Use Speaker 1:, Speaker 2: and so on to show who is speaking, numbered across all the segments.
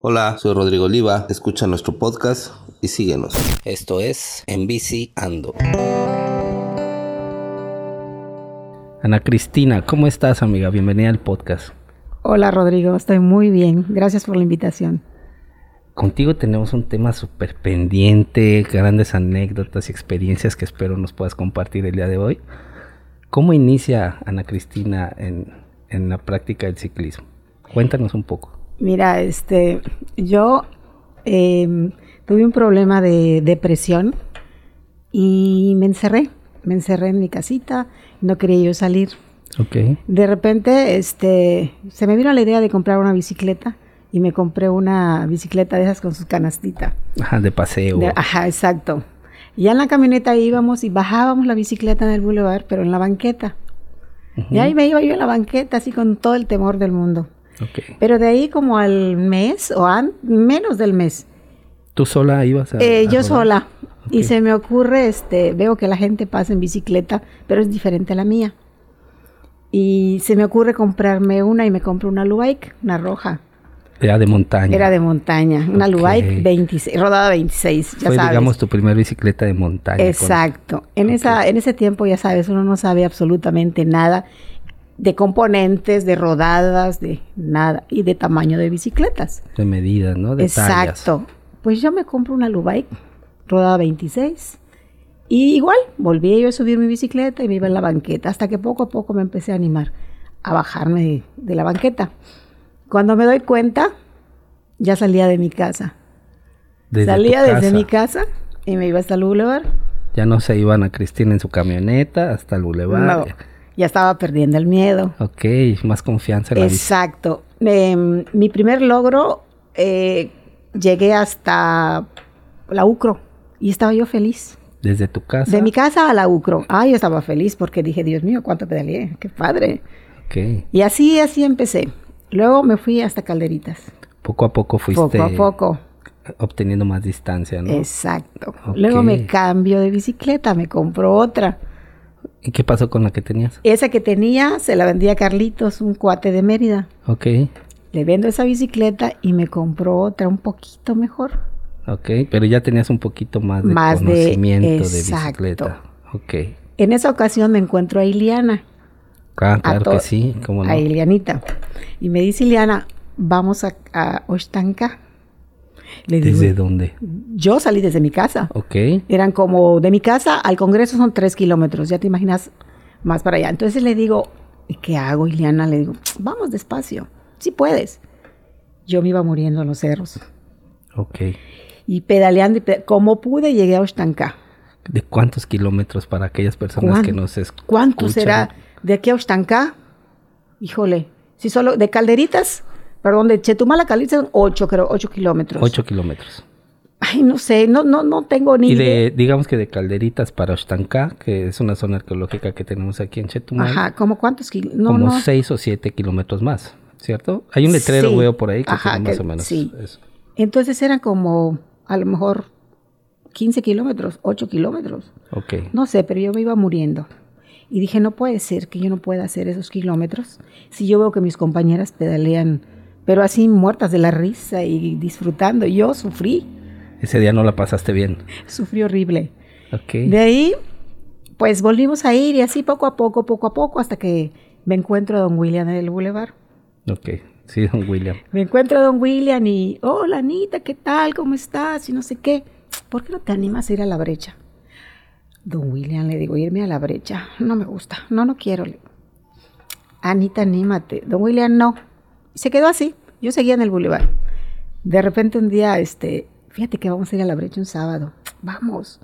Speaker 1: Hola, soy Rodrigo Oliva, escucha nuestro podcast y síguenos.
Speaker 2: Esto es En Bici Ando.
Speaker 3: Ana Cristina, ¿cómo estás amiga? Bienvenida al podcast.
Speaker 4: Hola Rodrigo, estoy muy bien. Gracias por la invitación.
Speaker 3: Contigo tenemos un tema súper pendiente, grandes anécdotas y experiencias que espero nos puedas compartir el día de hoy. ¿Cómo inicia Ana Cristina en, en la práctica del ciclismo? Cuéntanos un poco.
Speaker 4: Mira, este, yo eh, tuve un problema de depresión y me encerré. Me encerré en mi casita, no quería yo salir.
Speaker 3: Ok.
Speaker 4: De repente, este, se me vino la idea de comprar una bicicleta y me compré una bicicleta de esas con su canastita.
Speaker 3: Ajá, de paseo.
Speaker 4: De- ah, ajá, exacto. Ya en la camioneta íbamos y bajábamos la bicicleta en el boulevard, pero en la banqueta.
Speaker 3: Ujú.
Speaker 4: Y ahí me iba yo en la banqueta, así con todo el temor del mundo.
Speaker 3: Ok.
Speaker 4: Pero de ahí como al mes o an- menos del mes,
Speaker 3: ¿Tú sola ibas a...? a
Speaker 4: eh, yo
Speaker 3: rodar?
Speaker 4: sola. Y
Speaker 3: ah, Ok.
Speaker 4: se me ocurre, este, veo que la gente pasa en bicicleta, pero es diferente a la mía. Y se me ocurre comprarme una y me compro una Lubike, una roja.
Speaker 3: Era de montaña.
Speaker 4: Era de montaña, una
Speaker 3: Ok.
Speaker 4: Lubike 26, rodada 26, ya
Speaker 3: Fue,
Speaker 4: sabes.
Speaker 3: digamos, tu pues. primera bicicleta de montaña. con-
Speaker 4: Exacto. En, esa, en ese tiempo, ya sabes, uno no sabe absolutamente nada de componentes, de rodadas, de nada, y de tamaño de bicicletas.
Speaker 3: de medidas, ¿no? De tallas.
Speaker 4: Exacto. Pues yo me compro una Lubike, rodada 26. Y igual, volví yo a subir mi bicicleta y me iba en la banqueta, hasta que poco a poco me empecé a animar a bajarme de, de la banqueta. Cuando me doy cuenta, ya salía de mi casa.
Speaker 3: Desde
Speaker 4: salía
Speaker 3: tu
Speaker 4: desde
Speaker 3: casa.
Speaker 4: mi casa y me iba hasta el boulevard.
Speaker 3: Ya no se iban a Cristina en su camioneta hasta el
Speaker 4: No,
Speaker 3: bulevar.
Speaker 4: ya estaba perdiendo el miedo.
Speaker 3: Ok, más confianza en la bici.
Speaker 4: Exacto. Em, mi primer logro, eh, llegué hasta la UCRO y estaba yo feliz.
Speaker 3: Desde tu casa.
Speaker 4: De mi casa a la UCRO. Ah, yo estaba feliz porque dije, Dios mío, cuánto pedaleé, qué padre.
Speaker 3: Ok.
Speaker 4: Y así, así empecé. Luego me fui hasta Calderitas,
Speaker 3: Poco a poco fuiste
Speaker 4: poco a poco.
Speaker 3: obteniendo más distancia, ¿no?
Speaker 4: Exacto.
Speaker 3: Ok.
Speaker 4: Luego me cambio de bicicleta, me compró otra.
Speaker 3: ¿Y qué pasó con la que tenías?
Speaker 4: Esa que tenía se la vendía a Carlitos, un cuate de Mérida.
Speaker 3: Ok,
Speaker 4: Le vendo esa bicicleta y me compró otra un poquito mejor.
Speaker 3: ok, pero ya tenías un poquito más de
Speaker 4: Más de-
Speaker 3: conocimiento de,
Speaker 4: exacto.
Speaker 3: bicicleta. Ok,
Speaker 4: En esa ocasión me encuentro a Iliana,
Speaker 3: Ah, claro
Speaker 4: to-
Speaker 3: que sí, cómo no.
Speaker 4: a Ilianita. Y me dice Iliana, vamos a, a Oxtanca. Le digo,
Speaker 3: ¿Desde dónde?
Speaker 4: yo salí desde mi casa.
Speaker 3: Ok,
Speaker 4: Eran como, de mi casa al Congreso son tres kilómetros, ya te imaginas más para allá. Entonces le digo, ¿y qué hago, Iliana? Le digo, vamos despacio, si puedes. Yo me iba muriendo en los cerros.
Speaker 3: ok.
Speaker 4: Y pedaleando, y peda- como pude, llegué a Oxtanca.
Speaker 3: ¿De cuántos kilómetros para aquellas personas que
Speaker 4: ¿Cuán-
Speaker 3: no se escuchan?
Speaker 4: ¿Cuánto será de aquí a Oxtancá? Híjole, si solo de Calderitas, perdón, de Chetumal a Calderitas son 8, creo, 8 kilómetros.
Speaker 3: Ocho kilómetros.
Speaker 4: Ay, no sé, no, no, no tengo ni
Speaker 3: Y de, digamos que de Calderitas para Oxtancá, que es una zona arqueológica que tenemos aquí en Chetumal,
Speaker 4: Ajá, como cuántos kilómetros. No,
Speaker 3: como
Speaker 4: no.
Speaker 3: seis o siete kilómetros más, ¿cierto? Hay un letrero,
Speaker 4: Sí.
Speaker 3: veo por ahí, que
Speaker 4: Ajá,
Speaker 3: tiene más
Speaker 4: que-
Speaker 3: o menos
Speaker 4: sí.
Speaker 3: eso.
Speaker 4: Entonces eran como a lo mejor 15 kilómetros, 8 kilómetros.
Speaker 3: Ok,
Speaker 4: No sé, pero yo me iba muriendo. Y dije, no puede ser que yo no pueda hacer esos kilómetros si yo veo que mis compañeras pedalean, pero así muertas de la risa y disfrutando. Yo sufrí,
Speaker 3: ese día no la pasaste bien.
Speaker 4: sufrí horrible.
Speaker 3: Ok.
Speaker 4: De ahí, pues volvimos a ir y así poco a poco, poco a poco, hasta que me encuentro a don William en el bulevar.
Speaker 3: Ok, sí, don William.
Speaker 4: Me encuentro a don William y, hola Anita, ¿qué tal? ¿Cómo estás? Y no sé qué. ¿Por qué no te animas a ir a la brecha? Don William le digo, irme a la brecha. No me gusta. No, no quiero. le digo. Anita, anímate. Don William, no. Y se quedó así. Yo seguía en el bulevar. De repente un día, este, fíjate que vamos a ir a la brecha un sábado. Vamos.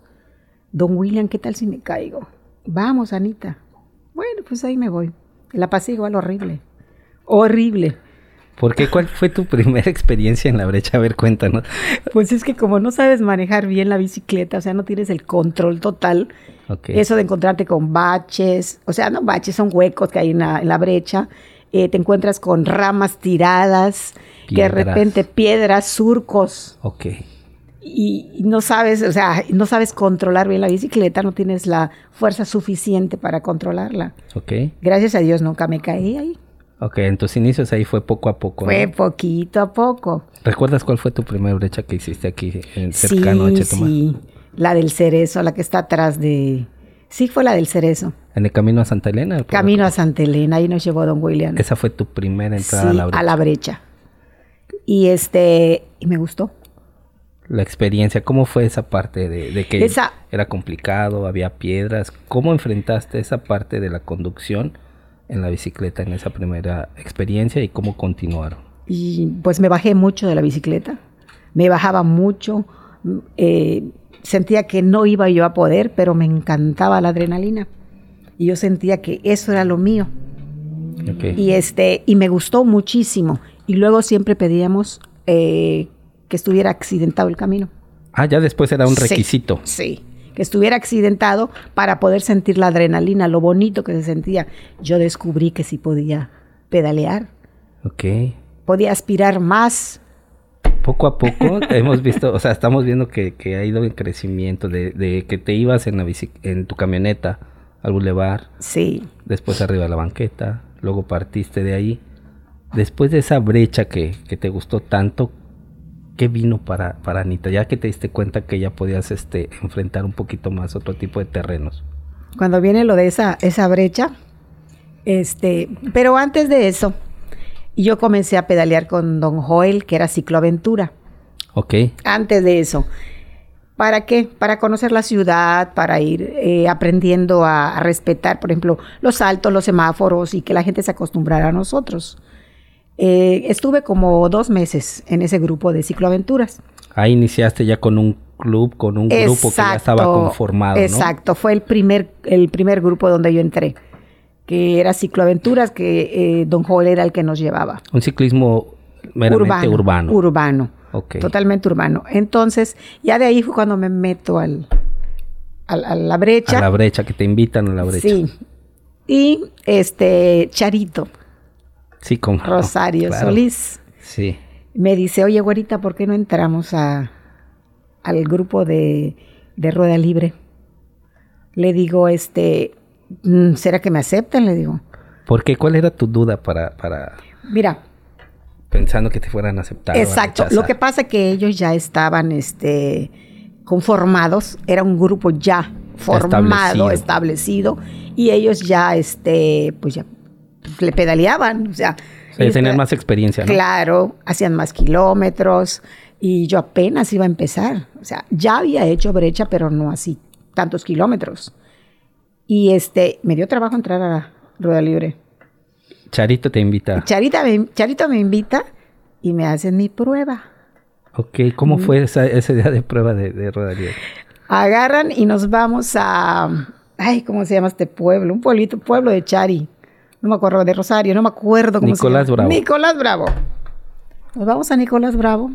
Speaker 4: Don William, ¿qué tal si me caigo? Vamos, Anita. Bueno, pues ahí me voy. La pasé igual horrible. Horrible.
Speaker 3: ¿Por qué? ¿Cuál fue tu primera experiencia en la brecha? A ver, cuéntanos.
Speaker 4: Pues es que como no sabes manejar bien la bicicleta, o sea, no tienes el control total,
Speaker 3: Ok.
Speaker 4: eso de encontrarte con baches, o sea, no baches, son huecos que hay en la, en la brecha, eh, te encuentras con ramas tiradas, que de
Speaker 3: Piedras.
Speaker 4: repente piedras, surcos,
Speaker 3: Ok.
Speaker 4: y y no sabes, o sea, no sabes controlar bien la bicicleta, no tienes la fuerza suficiente para controlarla.
Speaker 3: Ok.
Speaker 4: Gracias a Dios nunca me caí ahí.
Speaker 3: Ok, en tus inicios ahí fue poco a poco. ¿no?
Speaker 4: Fue poquito a poco.
Speaker 3: ¿Recuerdas cuál fue tu primera brecha que hiciste aquí en- cercano a Chetumal?
Speaker 4: sí, la del cerezo, la que está atrás de... Sí, fue la del cerezo.
Speaker 3: En el camino a Santa Elena. por-
Speaker 4: Camino a Santa Elena, ahí nos llevó don William.
Speaker 3: Esa fue tu primera entrada a
Speaker 4: Sí,
Speaker 3: la brecha. La...
Speaker 4: brecha. Y este, y me gustó.
Speaker 3: experiencia, ¿cómo fue esa parte de, de que
Speaker 4: Esa-
Speaker 3: era complicado, había piedras? ¿Cómo enfrentaste esa parte de la conducción en la bicicleta en esa primera experiencia y cómo continuaron?
Speaker 4: Y pues me bajé mucho de la bicicleta. Me bajaba mucho. mm, eh, sentía que no iba yo a poder, pero me encantaba la adrenalina. Y yo sentía que eso era lo mío.
Speaker 3: Ok.
Speaker 4: Y este, y me gustó muchísimo. Y luego siempre pedíamos eh, que estuviera accidentado el camino.
Speaker 3: Ah, ya después era un
Speaker 4: Sí,
Speaker 3: requisito.
Speaker 4: Sí, que estuviera accidentado para poder sentir la adrenalina, lo bonito que se sentía. Yo descubrí que sí podía pedalear,
Speaker 3: Ok.
Speaker 4: podía aspirar más.
Speaker 3: poco a poco hemos visto, o sea, estamos viendo que, que ha ido en crecimiento, de, de que te ibas en, la bici- en tu camioneta al bulevar,
Speaker 4: Sí,
Speaker 3: después arriba a la banqueta, luego partiste de ahí. Después de esa brecha que, que te gustó tanto, ¿qué vino para, para Anita? Ya que te diste cuenta que ya podías este, enfrentar un poquito más otro tipo de terrenos.
Speaker 4: cuando viene lo de esa, esa brecha, este, pero antes de eso, yo comencé a pedalear con Don Joel, que era cicloaventura.
Speaker 3: Ok,
Speaker 4: antes de eso. ¿Para qué? Para conocer la ciudad, para ir eh, aprendiendo a, a respetar, por ejemplo, los saltos, los semáforos y que la gente se acostumbrara a nosotros. Eh, estuve como dos meses en ese grupo de cicloaventuras.
Speaker 3: ahí iniciaste ya con un club, con un grupo que ya estaba
Speaker 4: Exacto,
Speaker 3: conformado, ¿no?
Speaker 4: Exacto, fue el primer, el primer grupo donde yo entré, que era cicloaventuras, que eh, Don Joel era el que nos llevaba.
Speaker 3: Un ciclismo meramente urbano.
Speaker 4: Urbano.
Speaker 3: Ok.
Speaker 4: Totalmente urbano. Entonces, ya de ahí fue cuando me meto al, al- a la brecha.
Speaker 3: A la brecha, que te invitan a la brecha.
Speaker 4: Sí. Y este Charito,
Speaker 3: Sí, con
Speaker 4: Rosario
Speaker 3: claro.
Speaker 4: Solís,
Speaker 3: Sí.
Speaker 4: me dice, oye, güerita, ¿por qué no entramos a, al grupo de, de Rueda Libre? Le digo, este, "Mm, ¿será que me aceptan? Le digo,
Speaker 3: Porque cuál era tu duda para, para
Speaker 4: mira,
Speaker 3: pensando que te fueran a aceptar. o a
Speaker 4: Exacto.
Speaker 3: rechazar?
Speaker 4: Lo que pasa que ellos ya estaban este, conformados, era un grupo ya formado, establecido, y ellos ya, este, pues ya le pedaleaban, o sea.
Speaker 3: O sea,
Speaker 4: ellos
Speaker 3: tener
Speaker 4: peda-
Speaker 3: más experiencia, ¿no?
Speaker 4: Claro, hacían más kilómetros y yo apenas iba a empezar. O sea, ya había hecho brecha, pero no así tantos kilómetros. Y este, me dio trabajo entrar a la rueda libre.
Speaker 3: Charito te invita.
Speaker 4: Charita me- Charito me invita y me hacen mi prueba.
Speaker 3: ok, ¿cómo fue esa- ese día de prueba de, de rueda libre?
Speaker 4: Agarran y nos vamos a. Ay, ¿cómo se llama este pueblo? Un pueblito, pueblo de Chari. No me acuerdo, de Rosario, no me acuerdo cómo
Speaker 3: Nicolás
Speaker 4: se llama.
Speaker 3: Bravo.
Speaker 4: Nicolás Bravo. Nos vamos a Nicolás Bravo.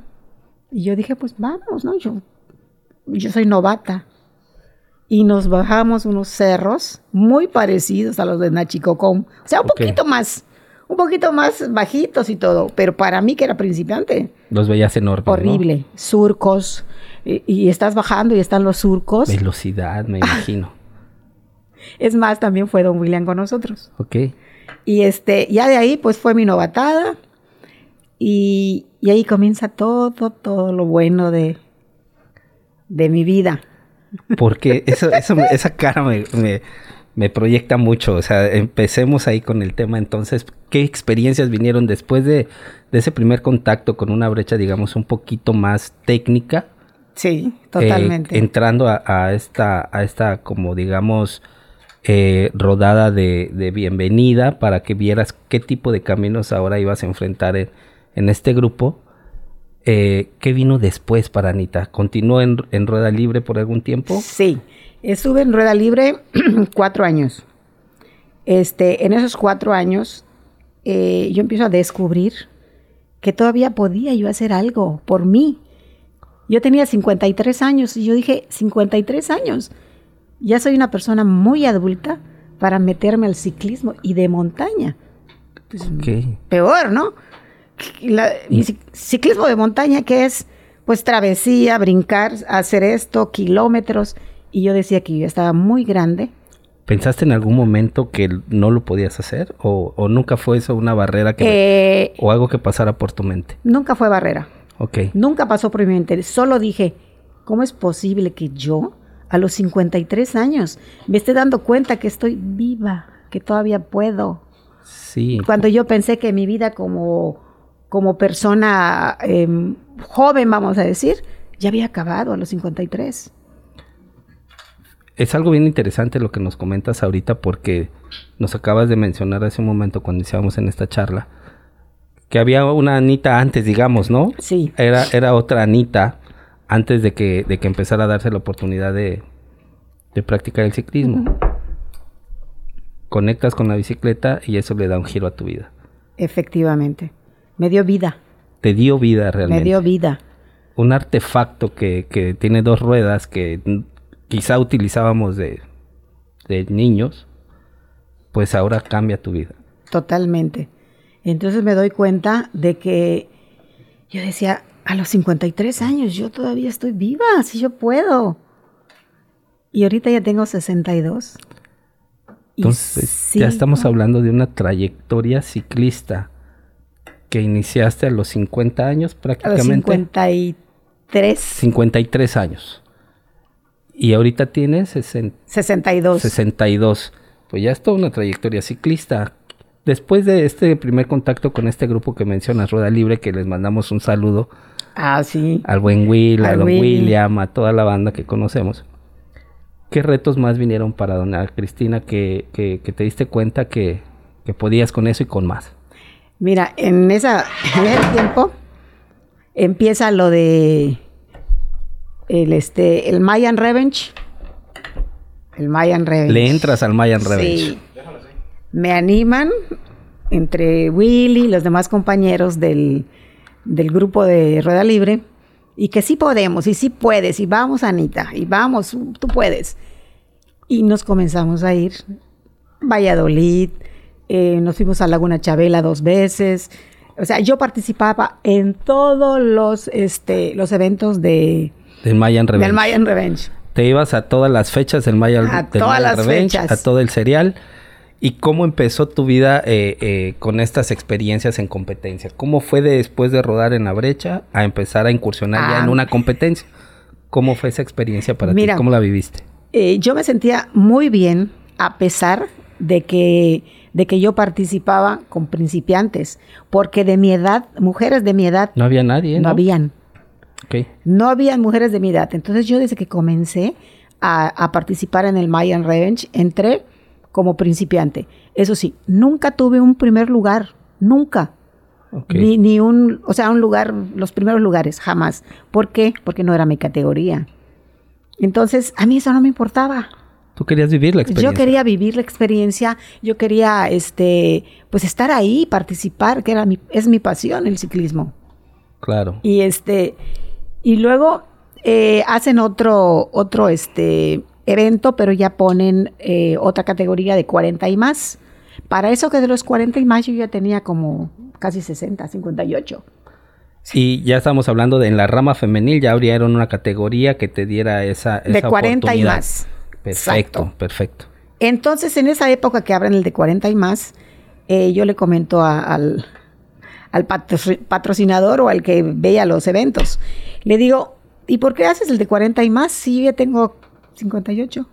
Speaker 4: Y yo dije, pues vamos, ¿no? Yo, yo soy novata. Y nos bajamos unos cerros muy parecidos a los de Nachicocón. O sea, un
Speaker 3: Ok.
Speaker 4: poquito más. Un poquito más bajitos y todo. Pero para mí, que era principiante,
Speaker 3: Los veías enormes. ¿no?
Speaker 4: horrible. Surcos. Y, y estás bajando y están los surcos.
Speaker 3: Velocidad, me imagino.
Speaker 4: Es más, también fue Don William con nosotros.
Speaker 3: Ok.
Speaker 4: Y este, ya de ahí, pues fue mi novatada. Y, y ahí comienza todo, todo lo bueno de, de mi vida.
Speaker 3: Porque eso, eso, me- esa cara me, me- me proyecta mucho. O sea, empecemos ahí con el tema. Entonces, ¿qué experiencias vinieron después de, de ese primer contacto con una brecha, digamos, un poquito más técnica?
Speaker 4: Sí,
Speaker 3: eh,
Speaker 4: totalmente.
Speaker 3: entrando a, a esta, a esta, como digamos, eh, rodada de, de bienvenida para que vieras qué tipo de caminos ahora ibas a enfrentar en, en este grupo. Eh, ¿Qué vino después para Anita? ¿Continuó en, en rueda libre por algún tiempo?
Speaker 4: Sí, estuve en rueda libre cuatro años. Este, en esos cuatro años, eh, yo empiezo a descubrir que todavía podía yo hacer algo por mí. Yo tenía 53 años y yo dije, 53 años. Ya soy una persona muy adulta para meterme al ciclismo y de montaña.
Speaker 3: Ok.
Speaker 4: Peor, ¿no? La- mi cic- ciclismo de montaña que es pues travesía, brincar, hacer esto, kilómetros. Y yo decía que yo ya estaba muy grande
Speaker 3: ¿Pensaste en algún momento que no lo podías hacer? ¿O, o nunca fue eso una barrera que...
Speaker 4: Eh,
Speaker 3: o algo que pasara por tu mente?
Speaker 4: nunca fue barrera.
Speaker 3: Ok.
Speaker 4: Nunca pasó por mi mente. Solo dije, ¿cómo es posible que yo, a los 53 años, me esté dando cuenta que estoy viva, que todavía puedo?
Speaker 3: Sí.
Speaker 4: Cuando yo pensé que mi vida como, como persona em, joven, vamos a decir, ya había acabado a los 53.
Speaker 3: Es algo bien interesante lo que nos comentas ahorita porque nos acabas de mencionar hace un momento cuando iniciamos en esta charla que había una Anita antes, digamos, ¿no?
Speaker 4: Sí.
Speaker 3: Era, era otra Anita antes de que, de que empezara a darse la oportunidad de, de practicar el ciclismo. Conectas con la bicicleta y eso le da un giro a tu vida.
Speaker 4: Efectivamente. Me dio vida.
Speaker 3: Te dio vida realmente.
Speaker 4: Me dio vida.
Speaker 3: un artefacto que, que tiene dos ruedas que mm, quizá utilizábamos de, de niños, pues ahora cambia tu vida.
Speaker 4: Totalmente. Entonces me doy cuenta de que yo decía, a los 53 años yo todavía estoy viva, si yo puedo. Y ahorita ya tengo 62. Y
Speaker 3: Entonces,
Speaker 4: sigo-
Speaker 3: ya estamos hablando de una trayectoria ciclista que iniciaste a los 50 años
Speaker 4: a los
Speaker 3: prácticamente.
Speaker 4: 53,
Speaker 3: 53 años. Y ahorita tienes 60.
Speaker 4: 62.
Speaker 3: 62. Pues ya es toda una trayectoria ciclista. Después de este primer contacto con este grupo que mencionas, Rueda Libre, que les mandamos un saludo
Speaker 4: Ah, sí.
Speaker 3: al buen Will, a
Speaker 4: Al
Speaker 3: don
Speaker 4: Will.
Speaker 3: William, a toda la banda que conocemos. ¿Qué retos más vinieron para doña Cristina que, que- que te diste cuenta que, que podías con eso y con más?
Speaker 4: Mira, en, esa, en ese tiempo empieza lo de el, este, el Mayan Revenge. El Mayan Revenge.
Speaker 3: Le entras al Mayan Revenge.
Speaker 4: Sí. Me animan entre Willy y los demás compañeros del, del grupo de Rueda Libre y que sí podemos, y sí puedes, y vamos Anita, y vamos, tú puedes. Y nos comenzamos a ir. Valladolid, eh, nos fuimos a Laguna Chabela dos veces. O sea, yo participaba en todos los, este, los eventos de,
Speaker 3: Del Mayan Revenge.
Speaker 4: del Mayan Revenge.
Speaker 3: Te ibas a todas las fechas del Mayan,
Speaker 4: A
Speaker 3: del
Speaker 4: todas
Speaker 3: Mayan
Speaker 4: las
Speaker 3: Revenge,
Speaker 4: fechas.
Speaker 3: a todo el serial. ¿Y cómo empezó tu vida eh, eh, con estas experiencias en competencia? ¿Cómo fue de después de rodar en la brecha a empezar a incursionar ya
Speaker 4: Ah.
Speaker 3: en una competencia? ¿Cómo fue esa experiencia para
Speaker 4: Mira.
Speaker 3: ti? ¿Cómo la viviste?
Speaker 4: Eh, yo me sentía muy bien a pesar de que, de que yo participaba con principiantes, porque de mi edad, mujeres de mi edad,
Speaker 3: No había nadie,
Speaker 4: no, habían.
Speaker 3: Ok.
Speaker 4: No habían mujeres de mi edad. Entonces yo desde que comencé a, a participar en el Mayan Revenge, entré como principiante. Eso sí, nunca tuve un primer lugar, nunca.
Speaker 3: ok.
Speaker 4: Ni, ni un, o sea, un lugar, los primeros lugares, jamás. ¿Por qué? Porque no era mi categoría. Entonces, a mí eso no me importaba.
Speaker 3: Tú querías vivir la experiencia.
Speaker 4: Yo quería vivir la experiencia, yo quería este pues estar ahí, participar, que era mi, es mi pasión el ciclismo.
Speaker 3: Claro.
Speaker 4: Y este y luego eh, hacen otro otro este evento, pero ya ponen eh, otra categoría de 40 y más. Para eso que de los 40 y más yo ya tenía como casi 60, 58.
Speaker 3: Y ya estamos hablando de en la rama femenil, ya abrieron una categoría que te diera esa,
Speaker 4: De
Speaker 3: esa
Speaker 4: 40 y
Speaker 3: oportunidad.
Speaker 4: más.
Speaker 3: Perfecto,
Speaker 4: Exacto.
Speaker 3: perfecto.
Speaker 4: Entonces, en esa época que abren el de 40 y más, eh, yo le comento a- al, al patro- patrocinador o al que veía los eventos. Le digo, ¿y por qué haces el de 40 y más si yo ya tengo 58?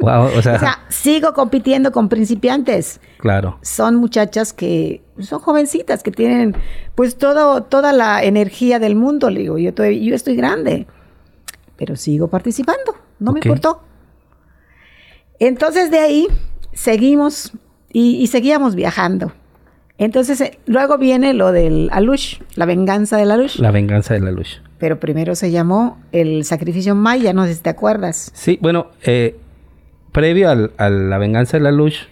Speaker 3: Wow, o sea,
Speaker 4: O sea, sigo compitiendo con principiantes.
Speaker 3: claro.
Speaker 4: Son muchachas que son jovencitas, que tienen pues todo, toda la energía del mundo. Le digo, yo, todavía- yo estoy grande, pero sigo participando. No
Speaker 3: Ok.
Speaker 4: me importó. Entonces de ahí seguimos y, y seguíamos viajando. Entonces eh, luego viene lo del Alush, la venganza del Alush.
Speaker 3: La venganza de la luz.
Speaker 4: Pero primero se llamó el sacrificio maya, no sé si te acuerdas.
Speaker 3: Sí, bueno, eh, previo al- a la venganza de la luz,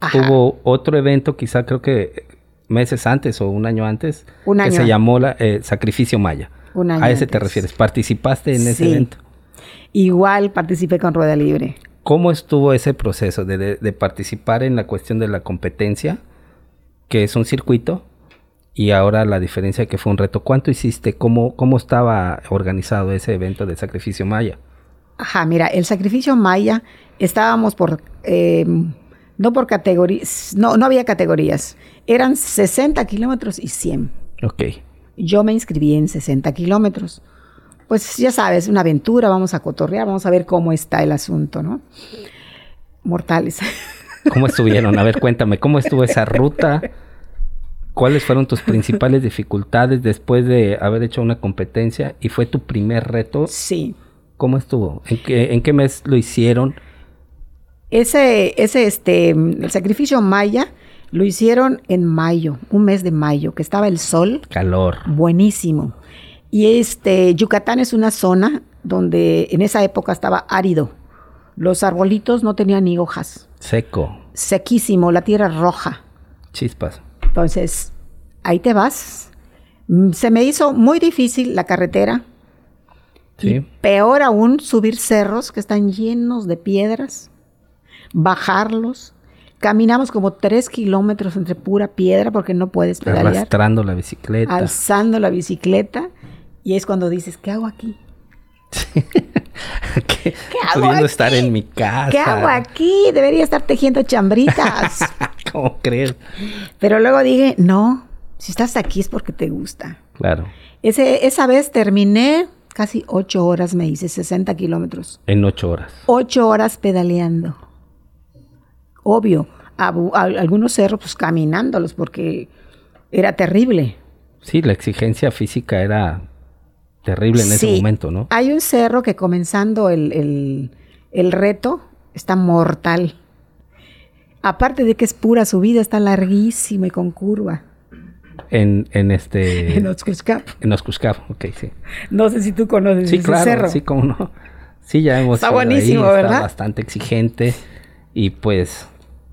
Speaker 4: Ajá.
Speaker 3: hubo otro evento, quizá creo que meses antes o un año antes,
Speaker 4: Un
Speaker 3: que
Speaker 4: año
Speaker 3: se
Speaker 4: antes.
Speaker 3: llamó la, eh, Sacrificio Maya.
Speaker 4: Un año
Speaker 3: a ese te
Speaker 4: antes.
Speaker 3: refieres, participaste en ese
Speaker 4: Sí.
Speaker 3: evento.
Speaker 4: Igual participé con Rueda Libre.
Speaker 3: ¿Cómo estuvo ese proceso de, de- de participar en la cuestión de la competencia, que es un circuito, y ahora la diferencia que fue un reto? ¿Cuánto hiciste? ¿Cómo, cómo estaba organizado ese evento de Sacrificio Maya?
Speaker 4: Ajá, mira, el sacrificio maya Estábamos por, eh, no por categorías, no, no había categorías. Eran 60 kilómetros y 100.
Speaker 3: Ok.
Speaker 4: Yo me inscribí en 60 kilómetros. Pues ya sabes, una aventura, vamos a cotorrear, vamos a ver cómo está el asunto, ¿no? Mortales.
Speaker 3: ¿Cómo estuvieron? A ver, cuéntame, ¿cómo estuvo esa ruta? ¿Cuáles fueron tus principales dificultades después de haber hecho una competencia y fue tu primer reto?
Speaker 4: Sí.
Speaker 3: ¿Cómo estuvo? ¿En qué, en qué mes lo hicieron?
Speaker 4: Ese, ese, este, el sacrificio maya lo hicieron en mayo, un mes de mayo, que estaba el sol
Speaker 3: Calor.
Speaker 4: buenísimo. Y este, Yucatán es una zona donde en esa época estaba árido. Los arbolitos no tenían ni hojas,
Speaker 3: Seco.
Speaker 4: sequísimo, la tierra roja.
Speaker 3: Chispas.
Speaker 4: Entonces, ahí te vas. Mm, Se me hizo muy difícil la carretera. Y
Speaker 3: Sí.
Speaker 4: peor aún, subir cerros que están llenos de piedras, bajarlos. Caminamos como tres kilómetros entre pura piedra porque no puedes pedalear.
Speaker 3: Arrastrando la bicicleta.
Speaker 4: Alzando la bicicleta. Y es cuando dices, ¿qué hago aquí?
Speaker 3: ¿Qué,
Speaker 4: hago
Speaker 3: pudiendo
Speaker 4: aquí?
Speaker 3: estar en mi casa.
Speaker 4: ¿Qué hago aquí? Debería estar tejiendo chambritas.
Speaker 3: ¿Cómo crees?
Speaker 4: Pero luego dije, no, si estás aquí es porque te gusta.
Speaker 3: Claro.
Speaker 4: Ese, esa vez terminé casi ocho horas, me hice 60 kilómetros.
Speaker 3: En ocho horas.
Speaker 4: Ocho horas pedaleando. Obvio, abu- a- algunos cerros pues caminándolos porque era terrible.
Speaker 3: Sí, la exigencia física era terrible en ese
Speaker 4: Sí.
Speaker 3: momento, ¿no?
Speaker 4: Hay un cerro que comenzando el, el- el reto está mortal. Aparte de que es pura subida, está larguísimo y con curva.
Speaker 3: En, en este.
Speaker 4: En Oxcuscap.
Speaker 3: en Oscuscap, ok, sí.
Speaker 4: No sé si tú conoces
Speaker 3: Sí,
Speaker 4: ese
Speaker 3: claro,
Speaker 4: cerro.
Speaker 3: sí, cómo no. Sí, ya hemos
Speaker 4: Está
Speaker 3: ido ahí,
Speaker 4: buenísimo, ¿verdad?
Speaker 3: Está bastante exigente y pues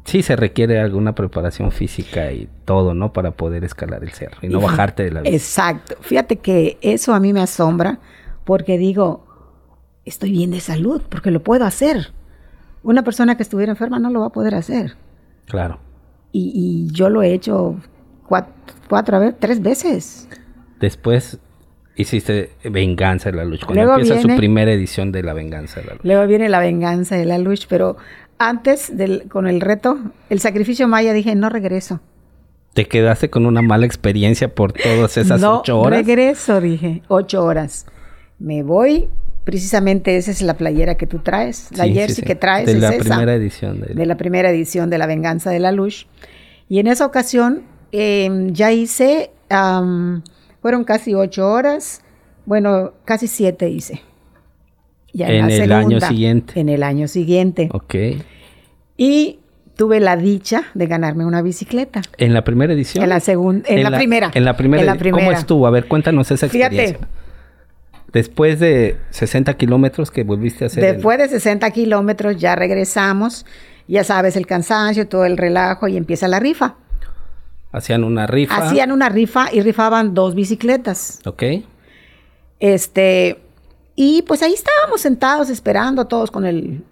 Speaker 3: sí se requiere alguna preparación física y todo, ¿no? Para poder escalar el cerro y no
Speaker 4: Híjole,
Speaker 3: bajarte de la bici.
Speaker 4: Exacto. Fíjate que eso a mí me asombra porque digo, estoy bien de salud porque lo puedo hacer. Una persona que estuviera enferma no lo va a poder hacer.
Speaker 3: Claro.
Speaker 4: Y, y yo lo he hecho cuatro, cuatro, a ver, tres veces.
Speaker 3: Después hiciste Venganza de la Luz. Cuando
Speaker 4: Luego
Speaker 3: empieza su
Speaker 4: viene-
Speaker 3: primera edición de La Venganza de la Luz.
Speaker 4: Luego viene la venganza de la luz, pero antes del, con el reto, el sacrificio maya, dije, no regreso.
Speaker 3: Te quedaste con una mala experiencia por todas esas
Speaker 4: no
Speaker 3: ocho horas.
Speaker 4: regreso, dije, ocho horas. Me voy, precisamente esa es la playera que tú traes, la
Speaker 3: Sí, sí,
Speaker 4: jersey
Speaker 3: sí.
Speaker 4: que traes.
Speaker 3: De
Speaker 4: es
Speaker 3: la
Speaker 4: esa.
Speaker 3: primera edición. De,
Speaker 4: de la primera edición de La Venganza de la Luz. Y en esa ocasión eh, ya hice, am, fueron casi ocho horas, bueno, casi siete hice. Ya
Speaker 3: En
Speaker 4: la
Speaker 3: el año siguiente.
Speaker 4: En el año siguiente.
Speaker 3: Ok.
Speaker 4: Y tuve la dicha de ganarme una bicicleta.
Speaker 3: En la primera edición.
Speaker 4: En la segunda, en, la, primera.
Speaker 3: En la primera. edi- ¿Cómo estuvo? A ver, cuéntanos esa
Speaker 4: Fíjate.
Speaker 3: experiencia. Después de 60 kilómetros que volviste a hacer. el-
Speaker 4: Después de 60 kilómetros ya regresamos, ya sabes, el cansancio, todo el relajo y empieza la rifa.
Speaker 3: hacían una rifa.
Speaker 4: Hacían una rifa y rifaban dos bicicletas.
Speaker 3: Ok.
Speaker 4: Este, y pues ahí estábamos sentados esperando todos con el,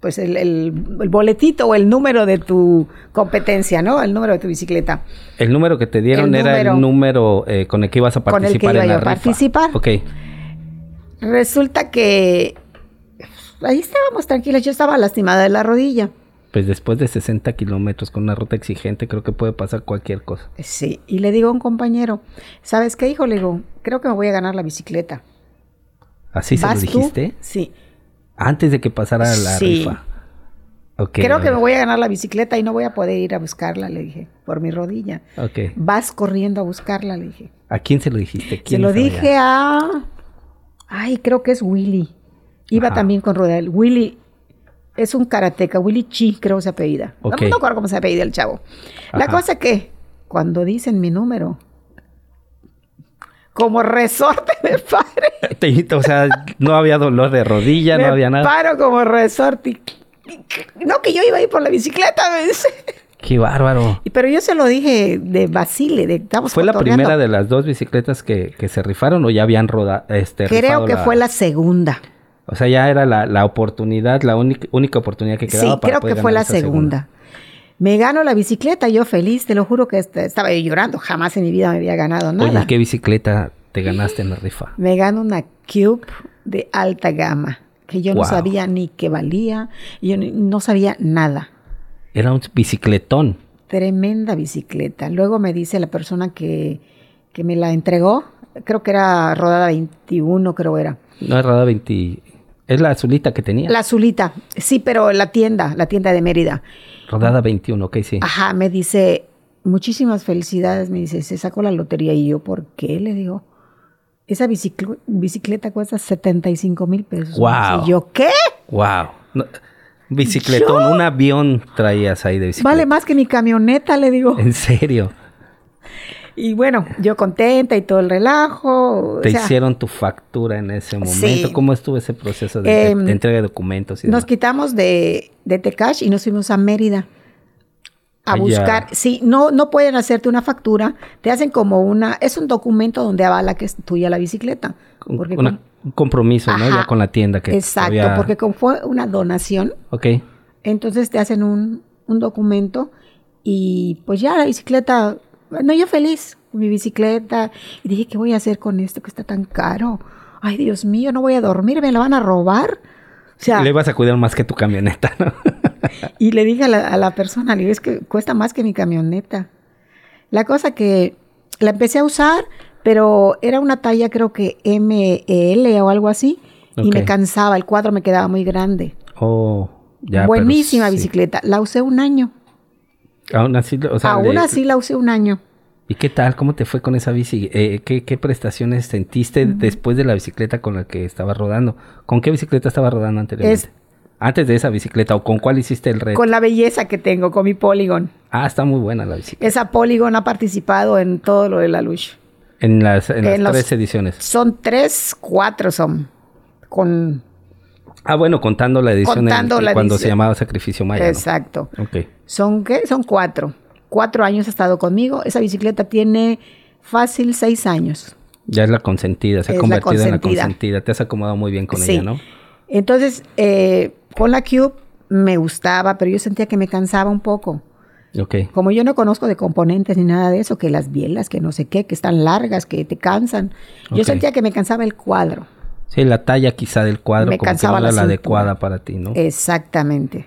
Speaker 4: pues el, el- el boletito o el número de tu competencia, ¿no? El número de tu bicicleta.
Speaker 3: El número que te dieron
Speaker 4: El
Speaker 3: era el
Speaker 4: número.
Speaker 3: número eh, con el que ibas a
Speaker 4: Con el que
Speaker 3: participar
Speaker 4: iba
Speaker 3: en la
Speaker 4: yo a
Speaker 3: rifa.
Speaker 4: participar.
Speaker 3: Ok.
Speaker 4: Resulta que ahí estábamos tranquilos, yo estaba lastimada de la rodilla.
Speaker 3: Pues después de 60 kilómetros con una ruta exigente, creo que puede pasar cualquier cosa.
Speaker 4: Sí, y le digo a un compañero, ¿sabes qué, hijo? Le digo, creo que me voy a ganar la bicicleta.
Speaker 3: Así se lo
Speaker 4: ¿Vas tú?"
Speaker 3: dijiste.
Speaker 4: Sí.
Speaker 3: Antes de que pasara la
Speaker 4: Sí.
Speaker 3: rifa. Ok.
Speaker 4: Creo que me
Speaker 3: ahora-
Speaker 4: voy a ganar la bicicleta y no voy a poder ir a buscarla, le dije, por mi rodilla.
Speaker 3: Ok.
Speaker 4: Vas corriendo a buscarla, le dije.
Speaker 3: ¿A quién se lo dijiste?
Speaker 4: Se
Speaker 3: ¿Quién
Speaker 4: lo
Speaker 3: sabía?
Speaker 4: dije a. Ay, creo que es Willy. Iba
Speaker 3: Ajá.
Speaker 4: también con Rodel. Willy es un karateca. Willy Chi, creo que se apellida. No-
Speaker 3: Ok.
Speaker 4: No me acuerdo cómo se apellida el chavo. La
Speaker 3: Ajá.
Speaker 4: cosa que, cuando dicen mi número, como resorte me paro.
Speaker 3: Te- o sea, no había dolor de rodilla,
Speaker 4: me
Speaker 3: no había nada.
Speaker 4: paro como resorte. y- No, que yo iba a ir por la bicicleta, me dice.
Speaker 3: Qué bárbaro.
Speaker 4: Pero yo se lo dije de Basile, de estamos
Speaker 3: ¿Fue la
Speaker 4: cotorreando.
Speaker 3: primera de las dos bicicletas que, que se rifaron o ya habían rodado? Este,
Speaker 4: Creo
Speaker 3: rifado
Speaker 4: que fue la segunda.
Speaker 3: O sea, ya era la, la oportunidad, la única, única oportunidad que quedaba
Speaker 4: Sí,
Speaker 3: para
Speaker 4: creo
Speaker 3: poder
Speaker 4: que fue la
Speaker 3: ganar esa
Speaker 4: segunda. Me gano la bicicleta, yo feliz, te lo juro que est- estaba yo llorando, jamás en mi vida me había ganado nada.
Speaker 3: Oye, ¿y ¿qué bicicleta te ganaste en la rifa?
Speaker 4: Me gano una Cube de alta gama, que yo
Speaker 3: Wow.
Speaker 4: no sabía ni que valía, y yo ni- no sabía nada.
Speaker 3: Era un bicicletón.
Speaker 4: Tremenda bicicleta. Luego me dice la persona que, que me la entregó, creo que era rodada 21, creo era.
Speaker 3: No es Rada 20. Es la azulita que tenía.
Speaker 4: La azulita, sí, pero la tienda, la tienda de Mérida.
Speaker 3: Rodada 21, ok, sí.
Speaker 4: Ajá, me dice, muchísimas felicidades, me dice, se sacó la lotería y yo, ¿por qué? Le digo, esa biciclo- bicicleta cuesta 75 mil pesos.
Speaker 3: Guau.
Speaker 4: Y yo, ¿qué?
Speaker 3: Wow. No, un bicicletón, un avión traías ahí de bicicleta. Eh.
Speaker 4: Vale más que mi camioneta, le digo.
Speaker 3: En serio.
Speaker 4: Y bueno, yo contenta y todo el relajo. o
Speaker 3: Te
Speaker 4: sea,
Speaker 3: hicieron tu factura en ese momento.
Speaker 4: Sí.
Speaker 3: ¿Cómo estuvo ese proceso de,
Speaker 4: Em,
Speaker 3: de entrega de documentos? Y
Speaker 4: Nos
Speaker 3: demás?
Speaker 4: quitamos de, de Tecash y nos fuimos a Mérida a
Speaker 3: Allá.
Speaker 4: buscar. Sí, no, no pueden hacerte una factura, te hacen como una, es un documento donde avala que es tuya la bicicleta.
Speaker 3: Un-
Speaker 4: Porque
Speaker 3: una-
Speaker 4: con-
Speaker 3: un compromiso, ¿no?
Speaker 4: Ajá.
Speaker 3: Ya con la tienda que
Speaker 4: Exacto,
Speaker 3: había-
Speaker 4: porque como fue una donación,
Speaker 3: Ok.
Speaker 4: entonces te hacen un, un documento y pues ya la bicicleta, no yo feliz con mi bicicleta y dije, ¿qué voy a hacer con esto que está tan caro? Ay, Dios mío, no voy a dormir, me la van a robar. O sea,
Speaker 3: Le vas a cuidar más que tu camioneta, ¿no?
Speaker 4: y le dije a la, a la persona, le digo, es que cuesta más que mi camioneta. La cosa que la empecé a usar, pero era una talla creo que ML o algo así, y me
Speaker 3: Ok.
Speaker 4: cansaba, el cuadro me quedaba muy grande.
Speaker 3: Oh, ya. pero
Speaker 4: Buenísima
Speaker 3: sí.
Speaker 4: bicicleta, la usé un año.
Speaker 3: Aún así, o sea,
Speaker 4: Aún
Speaker 3: le-
Speaker 4: así la usé un año.
Speaker 3: ¿Y qué tal? ¿Cómo te fue con esa bici? Eh, ¿qué, qué prestaciones sentiste después de la bicicleta con la que estabas rodando? ¿Con qué bicicleta estabas rodando anteriormente?
Speaker 4: Es-
Speaker 3: Antes de esa bicicleta, ¿o con cuál hiciste el reto?
Speaker 4: Con la belleza que tengo, con mi Polygon.
Speaker 3: Ah, está muy buena la bicicleta.
Speaker 4: Esa Polygon ha participado en todo lo de la lucha.
Speaker 3: En las, en las
Speaker 4: en los-
Speaker 3: tres ediciones.
Speaker 4: Son tres, cuatro son. Con,
Speaker 3: Ah, bueno, contando la edición en-
Speaker 4: Contando la
Speaker 3: cuando se
Speaker 4: edición.
Speaker 3: llamaba Sacrificio Maya. Ah, ¿no?
Speaker 4: exacto.
Speaker 3: Ok.
Speaker 4: ¿Son qué? Son cuatro. Cuatro años ha estado conmigo. Esa bicicleta tiene fácil seis años.
Speaker 3: Ya es la consentida, se ha
Speaker 4: Es la
Speaker 3: convertido en la
Speaker 4: consentida.
Speaker 3: consentida. Te has acomodado muy bien con
Speaker 4: Sí.
Speaker 3: ella, ¿no?
Speaker 4: Entonces, eh, con la Cube me gustaba, pero yo sentía que me cansaba un poco.
Speaker 3: Ok.
Speaker 4: Como yo no conozco de componentes ni nada de eso, que las bielas, que no sé qué, que están largas, que te cansan. Yo
Speaker 3: Ok.
Speaker 4: sentía que me cansaba el cuadro.
Speaker 3: Sí, la talla quizá del cuadro
Speaker 4: Me
Speaker 3: como que no
Speaker 4: cansaba
Speaker 3: era la
Speaker 4: la cintura. Eh,
Speaker 3: adecuada para ti, ¿no?
Speaker 4: Exactamente.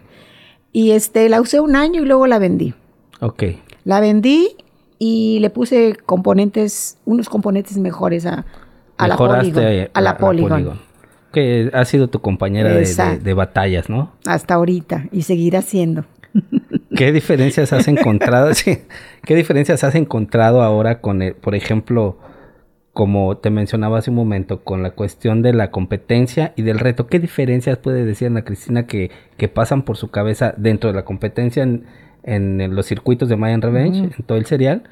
Speaker 4: Y este, la usé un año y luego la vendí.
Speaker 3: ok.
Speaker 4: La vendí y le puse componentes, unos componentes mejores a, a la
Speaker 3: Mejoraste
Speaker 4: Polygon. A la Polygon.
Speaker 3: Que ha sido tu compañera de, de-
Speaker 4: Exacto.
Speaker 3: de batallas, ¿no?
Speaker 4: hasta ahorita y seguirá siendo.
Speaker 3: ¿Qué diferencias has encontrado? Sí. ¿Qué diferencias has encontrado ahora con, el- por ejemplo, como te mencionaba hace un momento, con la cuestión de la competencia y del reto? ¿Qué diferencias puede decir Ana Cristina que, que pasan por su cabeza dentro de la competencia en, en los circuitos de Mayan Revenge, en todo el serial?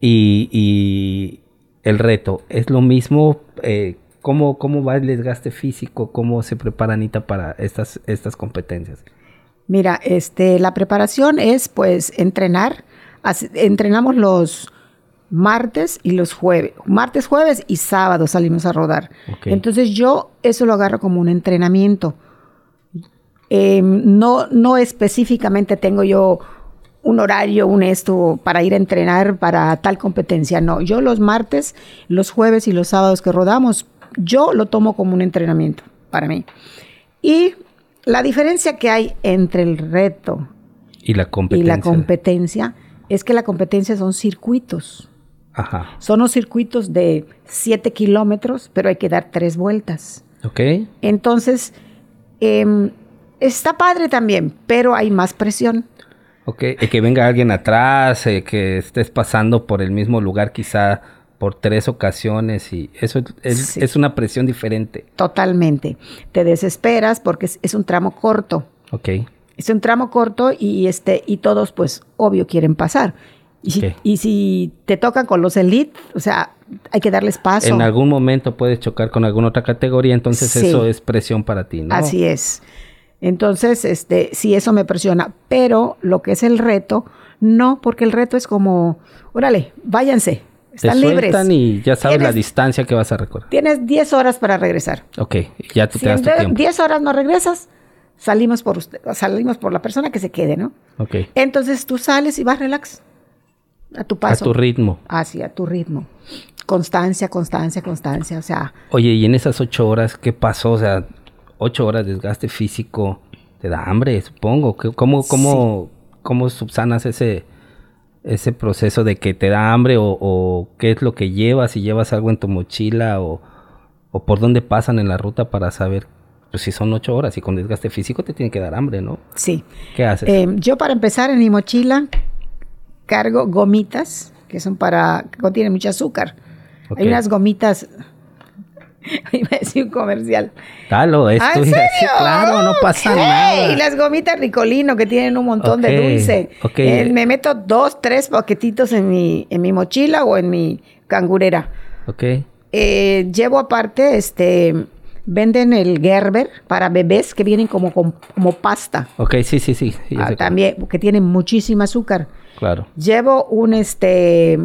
Speaker 3: Y, y el reto, ¿es lo mismo? Eh, ¿cómo, ¿Cómo va el desgaste físico? ¿Cómo se prepara Anita para estas, estas competencias?
Speaker 4: Mira, este, la preparación es pues entrenar. Así- entrenamos los martes y los jueves. Martes, jueves y sábado salimos a rodar.
Speaker 3: Ok.
Speaker 4: Entonces yo eso lo agarro como un entrenamiento. Eh, no, no específicamente tengo yo un horario, un esto para ir a entrenar para tal competencia. No, yo los martes, los jueves y los sábados que rodamos, yo lo tomo como un entrenamiento para mí. Y la diferencia que hay entre el reto
Speaker 3: Y la
Speaker 4: y
Speaker 3: competencia.
Speaker 4: la competencia es que la competencia son circuitos.
Speaker 3: Ajá.
Speaker 4: Son los circuitos de 7 kilómetros, pero hay que dar tres vueltas.
Speaker 3: Ok.
Speaker 4: Entonces, em, está padre también, pero hay más presión.
Speaker 3: Ok. Y que venga alguien atrás, eh, que estés pasando por el mismo lugar quizá por tres ocasiones y eso es- es,
Speaker 4: Sí.
Speaker 3: es una presión diferente.
Speaker 4: Totalmente. Te desesperas porque es, es un tramo corto.
Speaker 3: Ok.
Speaker 4: Es un tramo corto y este y todos pues obvio quieren pasar. Y si,
Speaker 3: Ok.
Speaker 4: y si te tocan con los elite, o sea, hay que darles paso.
Speaker 3: En algún momento puedes chocar con alguna otra categoría, entonces
Speaker 4: Sí.
Speaker 3: eso es presión para ti, ¿no?
Speaker 4: Así es. Entonces, este, sí, eso me presiona. Pero lo que es el reto, no, porque el reto es como, órale, váyanse,
Speaker 3: Te
Speaker 4: están libres.
Speaker 3: sueltan y ya sabes la
Speaker 4: Tienes-
Speaker 3: distancia que vas a recorrer.
Speaker 4: Tienes 10 horas para regresar.
Speaker 3: Ok, y ya tú
Speaker 4: Si
Speaker 3: te das
Speaker 4: en
Speaker 3: tu
Speaker 4: de-
Speaker 3: tiempo.
Speaker 4: 10 horas no regresas, salimos por usted, salimos por la persona que se quede, ¿no?
Speaker 3: Ok.
Speaker 4: Entonces tú sales y vas relax. A tu
Speaker 3: A
Speaker 4: paso.
Speaker 3: tu ritmo.
Speaker 4: Así, a tu ritmo. Constancia, constancia, constancia. O sea,
Speaker 3: Oye, y en esas ocho horas, ¿qué pasó? O sea, ocho horas de desgaste físico, te da hambre, supongo. ¿Qué- ¿Cómo, cómo, cómo subsanas ese, ese proceso de que te da hambre o, o qué es lo que llevas? Si llevas algo en tu mochila o, o por dónde pasan en la ruta para saber pues, si son ocho horas y con desgaste físico te tiene que dar hambre, ¿no?
Speaker 4: Sí.
Speaker 3: ¿Qué haces?
Speaker 4: Eh, yo para empezar en mi mochila cargo gomitas que son para que contienen mucho azúcar.
Speaker 3: Ok.
Speaker 4: Hay unas gomitas. Iba a decir un comercial.
Speaker 3: Dalo, es
Speaker 4: ¿Ah,
Speaker 3: tu
Speaker 4: ¿en
Speaker 3: vida.
Speaker 4: serio?
Speaker 3: Sí, claro, no pasa
Speaker 4: Ok,
Speaker 3: nada.
Speaker 4: Y las gomitas ricolino que tienen un montón
Speaker 3: Ok,
Speaker 4: de dulce.
Speaker 3: ok.
Speaker 4: Eh, me meto dos, tres paquetitos en mi, en mi mochila o en mi cangurera.
Speaker 3: Ok,
Speaker 4: Eh, llevo aparte, este, venden el Gerber para bebés que vienen como, con- como pasta.
Speaker 3: ok, sí, sí, sí. sí, ya
Speaker 4: Ah,
Speaker 3: sé cómo.
Speaker 4: también, porque tienen muchísimo azúcar.
Speaker 3: Claro,
Speaker 4: Llevo un, este,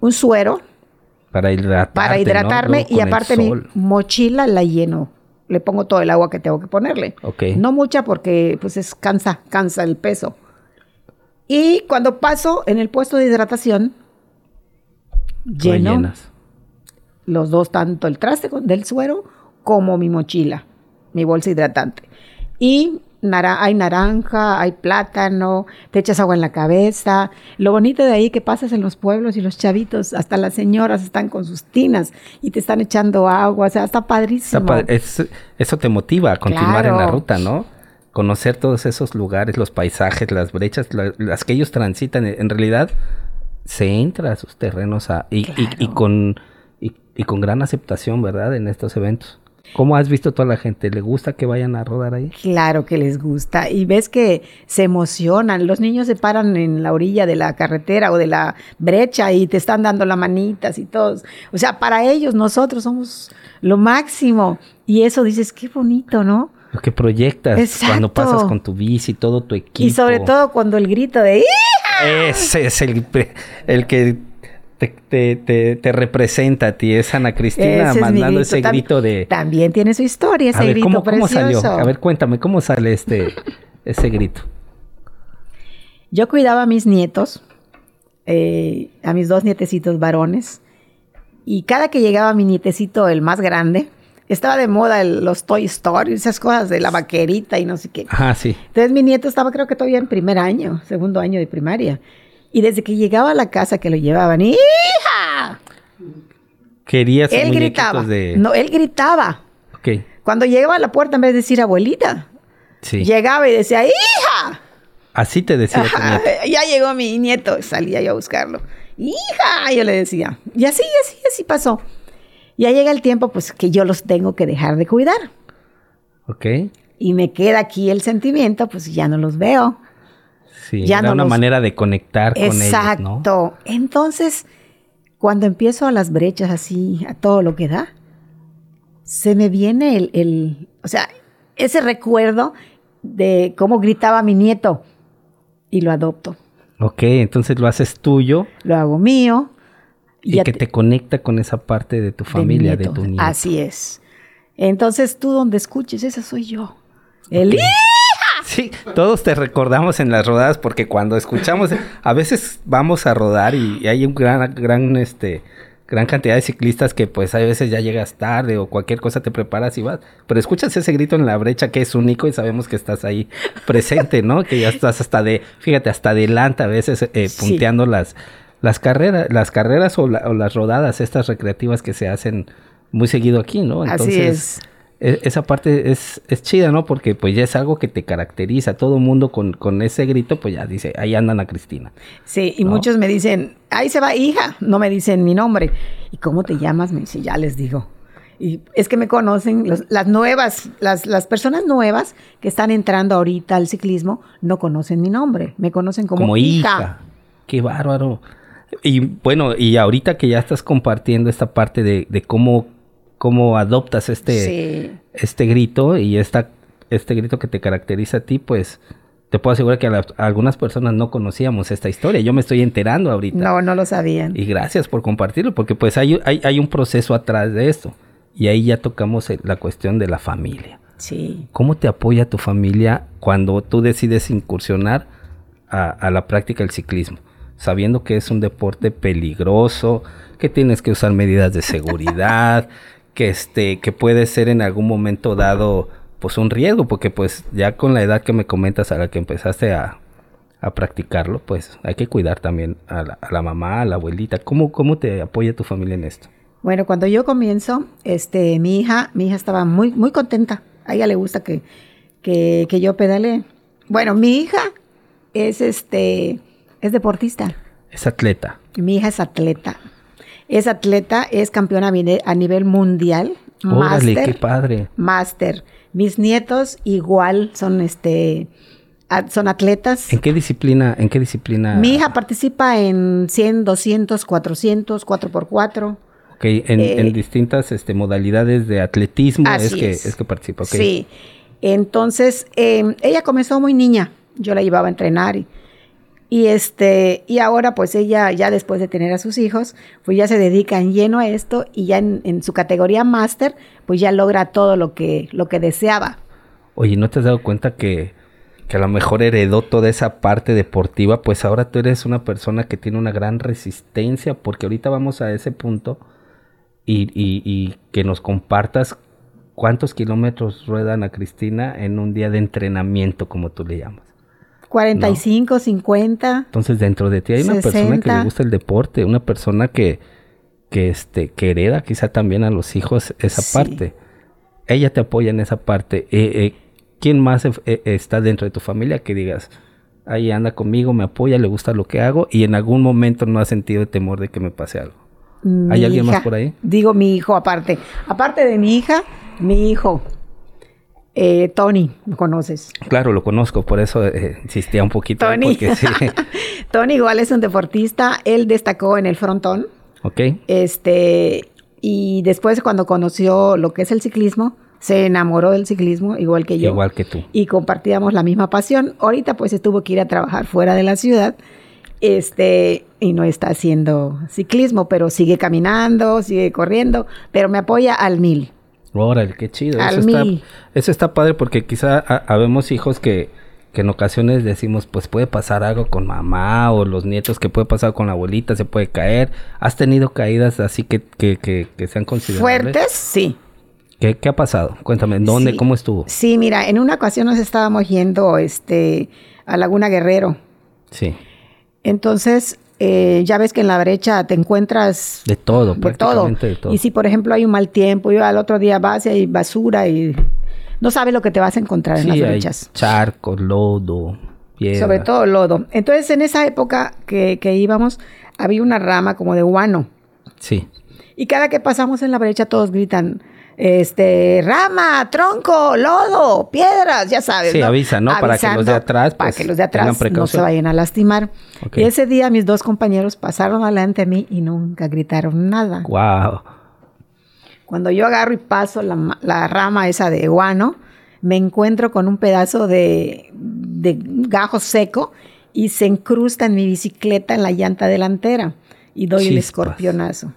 Speaker 4: un suero
Speaker 3: para hidratarte.
Speaker 4: para
Speaker 3: ¿no?
Speaker 4: hidratarme
Speaker 3: Luego
Speaker 4: y
Speaker 3: con el
Speaker 4: aparte mi
Speaker 3: sol.
Speaker 4: mochila la lleno. Le pongo todo el agua que tengo que ponerle.
Speaker 3: Ok.
Speaker 4: No mucha porque pues es cansa, cansa el peso. Y cuando paso en el puesto de hidratación, lleno
Speaker 3: Rellenas.
Speaker 4: los dos, tanto el traste con- del suero como mi mochila, mi bolsa hidratante. Y nara- hay naranja, hay plátano, te echas agua en la cabeza. Lo bonito de ahí que pasas en los pueblos y los chavitos, hasta las señoras están con sus tinas y te están echando agua, o sea, está
Speaker 3: Está
Speaker 4: padrísimo.
Speaker 3: padre. Es- eso te motiva a continuar en la
Speaker 4: Claro.
Speaker 3: ruta, ¿no? Conocer todos esos lugares, los paisajes, las brechas, la- las que ellos transitan. En realidad, se entra a sus terrenos a- y, y- y
Speaker 4: Claro.
Speaker 3: con, y, y con gran aceptación, ¿verdad? En estos eventos. ¿Cómo has visto toda la gente? ¿Le gusta que vayan a rodar ahí?
Speaker 4: Claro que les gusta y ves que se emocionan. Los niños se paran en la orilla de la carretera o de la brecha y te están dando las manitas y todos. O sea, para ellos nosotros somos lo máximo. Y eso dices, qué bonito, ¿no?
Speaker 3: Lo que proyectas cuando
Speaker 4: Exacto.
Speaker 3: pasas con tu bici, todo tu equipo.
Speaker 4: Y sobre todo cuando el grito de "¡Eh!, ¡Ih!
Speaker 3: Ese es el, pre- el que te, te- te- te representa a ti, es Ana Cristina
Speaker 4: Ese es mi
Speaker 3: mandando
Speaker 4: grito.
Speaker 3: ese
Speaker 4: Tam-
Speaker 3: grito de...
Speaker 4: También tiene su historia ese
Speaker 3: a ver,
Speaker 4: grito
Speaker 3: ¿cómo, cómo
Speaker 4: precioso.
Speaker 3: salió? A ver, cuéntame, ¿cómo sale este ese grito?
Speaker 4: Yo cuidaba a mis nietos, eh, a mis dos nietecitos varones, y cada que llegaba mi nietecito, el más grande, estaba de moda el- los Toy Story, esas cosas de la vaquerita y no sé qué.
Speaker 3: Ajá, sí.
Speaker 4: Entonces mi nieto estaba creo que todavía en primer año, segundo año de primaria. Y desde que llegaba a la casa que lo llevaban, ¡hija!
Speaker 3: Querías
Speaker 4: Él
Speaker 3: muñequitos
Speaker 4: gritaba.
Speaker 3: de...
Speaker 4: No, él gritaba.
Speaker 3: Ok,
Speaker 4: Cuando llegaba a la puerta, en vez de decir abuelita,
Speaker 3: sí.
Speaker 4: llegaba y decía, ¡hija!
Speaker 3: Así te decía tu
Speaker 4: Ajá,
Speaker 3: nieto.
Speaker 4: ya llegó mi nieto, salía yo a buscarlo. Hija, yo le decía. Y así, así, así pasó. Ya llega el tiempo, pues, que yo los tengo que dejar de cuidar.
Speaker 3: Ok,
Speaker 4: Y me queda aquí el sentimiento, pues ya no los veo.
Speaker 3: sí.
Speaker 4: Ya
Speaker 3: era
Speaker 4: no
Speaker 3: una
Speaker 4: los-
Speaker 3: manera de conectar con
Speaker 4: Exacto.
Speaker 3: ellos, ¿no?
Speaker 4: Entonces, cuando empiezo a las brechas así, a todo lo que da, se me viene el, el- o sea, ese recuerdo de cómo gritaba mi nieto y lo adopto.
Speaker 3: Ok, entonces lo haces tuyo
Speaker 4: Lo hago mío.
Speaker 3: y,
Speaker 4: ya
Speaker 3: que
Speaker 4: te-
Speaker 3: te conecta con esa parte de tu
Speaker 4: de
Speaker 3: familia, de,
Speaker 4: mi nieto.
Speaker 3: tu nieto.
Speaker 4: Así es. Entonces tú donde escuches, esa soy yo. El
Speaker 3: Ok. Sí, todos te recordamos en las rodadas porque cuando escuchamos, a veces vamos a rodar y, y hay un gran, gran, este, gran cantidad de ciclistas que pues a veces ya llegas tarde o cualquier cosa te preparas y vas, pero escuchas ese grito en la brecha que es único y sabemos que estás ahí presente, ¿no? Que ya estás hasta de, fíjate, hasta adelante a veces eh,
Speaker 4: Sí.
Speaker 3: punteando las, las carreras, las carreras o, la- o las rodadas estas recreativas que se hacen muy seguido aquí, ¿no?
Speaker 4: Así es.
Speaker 3: E- Esa parte es, es chida, ¿no? Porque pues ya es algo que te caracteriza. Todo mundo con, con ese grito, pues ya dice, ahí andan a Cristina.
Speaker 4: Sí, y
Speaker 3: No.
Speaker 4: muchos me dicen, ahí se va hija, no me dicen mi nombre. ¿Y cómo te llamas? Me dice, ya les digo. Y es que me conocen los- las nuevas, las, las personas nuevas que están entrando ahorita al ciclismo, no conocen mi nombre, me conocen como,
Speaker 3: Como, hija. Qué bárbaro. Y bueno, y ahorita que ya estás compartiendo esta parte de, de cómo, cómo adoptas este,
Speaker 4: Sí.
Speaker 3: este grito y esta, este grito que te caracteriza a ti, pues te puedo asegurar que a, las- a algunas personas no conocíamos esta historia. Yo me estoy enterando ahorita.
Speaker 4: No, no lo sabían.
Speaker 3: Y gracias por compartirlo, porque pues hay, hay, hay un proceso atrás de esto. Y ahí ya tocamos el- la cuestión de la familia.
Speaker 4: Sí.
Speaker 3: ¿Cómo te apoya tu familia cuando tú decides incursionar a, a la práctica del ciclismo? Sabiendo que es un deporte peligroso, que tienes que usar medidas de seguridad, que, este, que puede ser en algún momento dado pues un riesgo, porque pues ya con la edad que me comentas a la que empezaste a, a practicarlo, pues hay que cuidar también a la, a la mamá, a la abuelita. ¿Cómo, ¿Cómo te apoya tu familia en esto?
Speaker 4: Bueno, cuando yo comienzo, este, mi hija, mi hija estaba muy, muy contenta. A ella le gusta que, que, que yo pedale. Bueno, mi hija es este, es deportista.
Speaker 3: Es atleta.
Speaker 4: Mi hija es atleta. Es atleta, es campeona a nivel- a nivel mundial.
Speaker 3: Órale,
Speaker 4: máster.
Speaker 3: qué padre.
Speaker 4: Máster. Mis nietos igual son este a- son atletas.
Speaker 3: ¿En qué disciplina? ¿En qué disciplina?
Speaker 4: Mi hija participa en 100, 200, 400, 4x4.
Speaker 3: Ok, en,
Speaker 4: eh,
Speaker 3: en distintas este, modalidades de atletismo es
Speaker 4: así
Speaker 3: que,
Speaker 4: es.
Speaker 3: es que participa. ok.
Speaker 4: Sí. Entonces, eh, ella comenzó muy niña. Yo la llevaba a entrenar y, y, este y ahora pues ella ya después de tener a sus hijos, pues ya se dedica en lleno a esto y ya en, en su categoría máster, pues ya logra todo lo que lo que deseaba.
Speaker 3: Oye, ¿no te has dado cuenta que, que a lo mejor heredó toda esa parte deportiva? Pues ahora tú eres una persona que tiene una gran resistencia, porque ahorita vamos a ese punto y, y- y que nos compartas cuántos kilómetros ruedan a Cristina en un día de entrenamiento, como tú le llamas.
Speaker 4: 45, 50.
Speaker 3: Entonces, dentro de ti hay una persona que
Speaker 4: 60.
Speaker 3: le gusta el deporte, una persona que, que, este, que hereda quizá también a los hijos esa
Speaker 4: Sí.
Speaker 3: parte. Ella te apoya en esa parte. Eh, eh, ¿Quién más eh, eh, está dentro de tu familia que digas, ahí anda conmigo, me apoya, le gusta lo que hago y en algún momento no ha sentido el temor de que me pase algo?
Speaker 4: Mi
Speaker 3: ¿Hay alguien más
Speaker 4: hija.
Speaker 3: por ahí?
Speaker 4: Digo mi hijo aparte. Aparte de mi hija, mi hijo. Eh, Tony, ¿lo conoces?
Speaker 3: Claro, lo conozco, por eso eh, insistía un poquito.
Speaker 4: Tony.
Speaker 3: Porque sí.
Speaker 4: Tony igual es un deportista. Él destacó en el frontón.
Speaker 3: ok.
Speaker 4: Este, y después cuando conoció lo que es el ciclismo, se enamoró del ciclismo, igual que yo.
Speaker 3: Igual que tú.
Speaker 4: Y compartíamos la misma pasión. Ahorita pues se tuvo que ir a trabajar fuera de la ciudad. Este, y no está haciendo ciclismo, pero sigue caminando, sigue corriendo, pero me apoya al mil.
Speaker 3: Órale, qué chido.
Speaker 4: Al
Speaker 3: Eso está,
Speaker 4: mil.
Speaker 3: eso está padre porque quizá ha- habemos hijos que, que en ocasiones decimos, pues puede pasar algo con mamá o los nietos, que puede pasar con la abuelita, se puede caer. ¿Has tenido caídas así que, que, que, que sean considerables?
Speaker 4: ¿Fuertes? Sí.
Speaker 3: ¿Qué, qué ha pasado? Cuéntame, ¿dónde?
Speaker 4: Sí.
Speaker 3: ¿Cómo estuvo?
Speaker 4: Sí, mira, en una ocasión nos estábamos yendo este, a Laguna Guerrero.
Speaker 3: Sí,
Speaker 4: Entonces, eh, ya ves que en la brecha te encuentras
Speaker 3: de todo,
Speaker 4: de todo.
Speaker 3: prácticamente de todo.
Speaker 4: Y si, por ejemplo, hay un mal tiempo y al otro día vas y hay basura y no sabes lo que te vas a encontrar en
Speaker 3: Sí,
Speaker 4: las
Speaker 3: hay
Speaker 4: brechas.
Speaker 3: charco, lodo, piedra.
Speaker 4: Sobre todo lodo. Entonces, en esa época que, que íbamos, había una rama como de guano.
Speaker 3: Sí.
Speaker 4: Y cada que pasamos en la brecha, todos gritan. Este, rama, tronco, lodo, piedras, ya sabes.
Speaker 3: Sí, avisa, ¿no? Para que los de atrás,
Speaker 4: para
Speaker 3: pues,
Speaker 4: que los de
Speaker 3: tengan
Speaker 4: atrás no se
Speaker 3: precaución.
Speaker 4: vayan a lastimar.
Speaker 3: Ok.
Speaker 4: Y ese día mis dos compañeros pasaron adelante de mí y nunca gritaron nada.
Speaker 3: Wow.
Speaker 4: Cuando yo agarro y paso la, ma- la rama esa de guano, me encuentro con un pedazo de, de gajo seco y se incrusta en mi bicicleta en la llanta delantera y doy el
Speaker 3: Chispas.
Speaker 4: escorpionazo.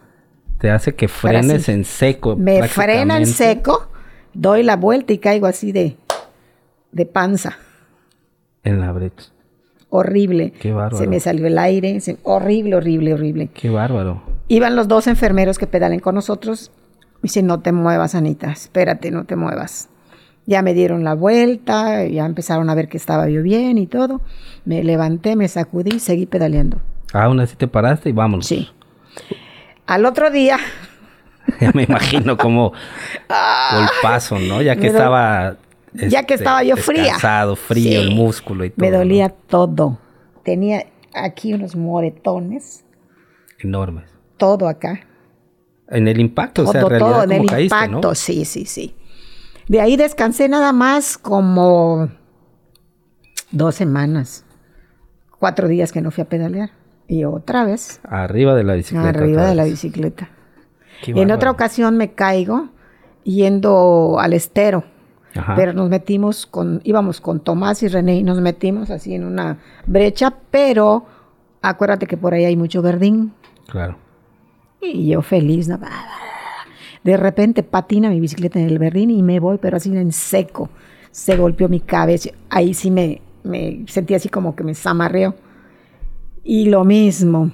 Speaker 3: Te hace que
Speaker 4: Ahora sí.
Speaker 3: frenes en seco.
Speaker 4: Me frena en
Speaker 3: prácticamente.
Speaker 4: seco, doy la vuelta y caigo así de, de panza.
Speaker 3: En la brecha.
Speaker 4: Horrible.
Speaker 3: Qué bárbaro.
Speaker 4: Se me salió el aire. se- horrible, horrible, horrible.
Speaker 3: Qué bárbaro.
Speaker 4: Iban los dos enfermeros que pedalen con nosotros. y Dice, no te muevas, Anita, espérate, no te muevas. Ya me dieron la vuelta, ya empezaron a ver que estaba yo bien y todo. Me levanté, me sacudí y seguí pedaleando.
Speaker 3: Aún así te paraste y vámonos.
Speaker 4: Sí. Al otro día,
Speaker 3: Ya me imagino como golpazo, ¿no? Ya
Speaker 4: Ah. Me
Speaker 3: que
Speaker 4: do-
Speaker 3: estaba.
Speaker 4: ya que estaba yo fría.
Speaker 3: Cansado, frío,
Speaker 4: Sí.
Speaker 3: el músculo y todo.
Speaker 4: me
Speaker 3: ¿no?
Speaker 4: dolía todo. Tenía aquí unos moretones,
Speaker 3: Enormes.
Speaker 4: todo acá.
Speaker 3: En el impacto, o sea, en
Speaker 4: todo,
Speaker 3: realidad,
Speaker 4: todo en
Speaker 3: como
Speaker 4: el
Speaker 3: caíste,
Speaker 4: impacto,
Speaker 3: ¿no?
Speaker 4: sí, sí, sí. De ahí descansé nada más como dos semanas, cuatro días que no fui a pedalear. Y otra vez,
Speaker 3: Arriba de la bicicleta.
Speaker 4: arriba
Speaker 3: otra
Speaker 4: de la
Speaker 3: vez.
Speaker 4: bicicleta.
Speaker 3: Qué
Speaker 4: en otra
Speaker 3: bárbaro.
Speaker 4: ocasión me caigo yendo al estero,
Speaker 3: Ajá.
Speaker 4: pero nos metimos con, íbamos con Tomás y René y nos metimos así en una brecha, pero acuérdate que por ahí hay mucho verdín.
Speaker 3: Claro.
Speaker 4: Y yo feliz, ¿no? De repente patina mi bicicleta en el berrín y me voy, pero así en seco. Se golpeó mi cabeza. Ahí sí me, me sentí así como que me zamarreó. Y lo mismo.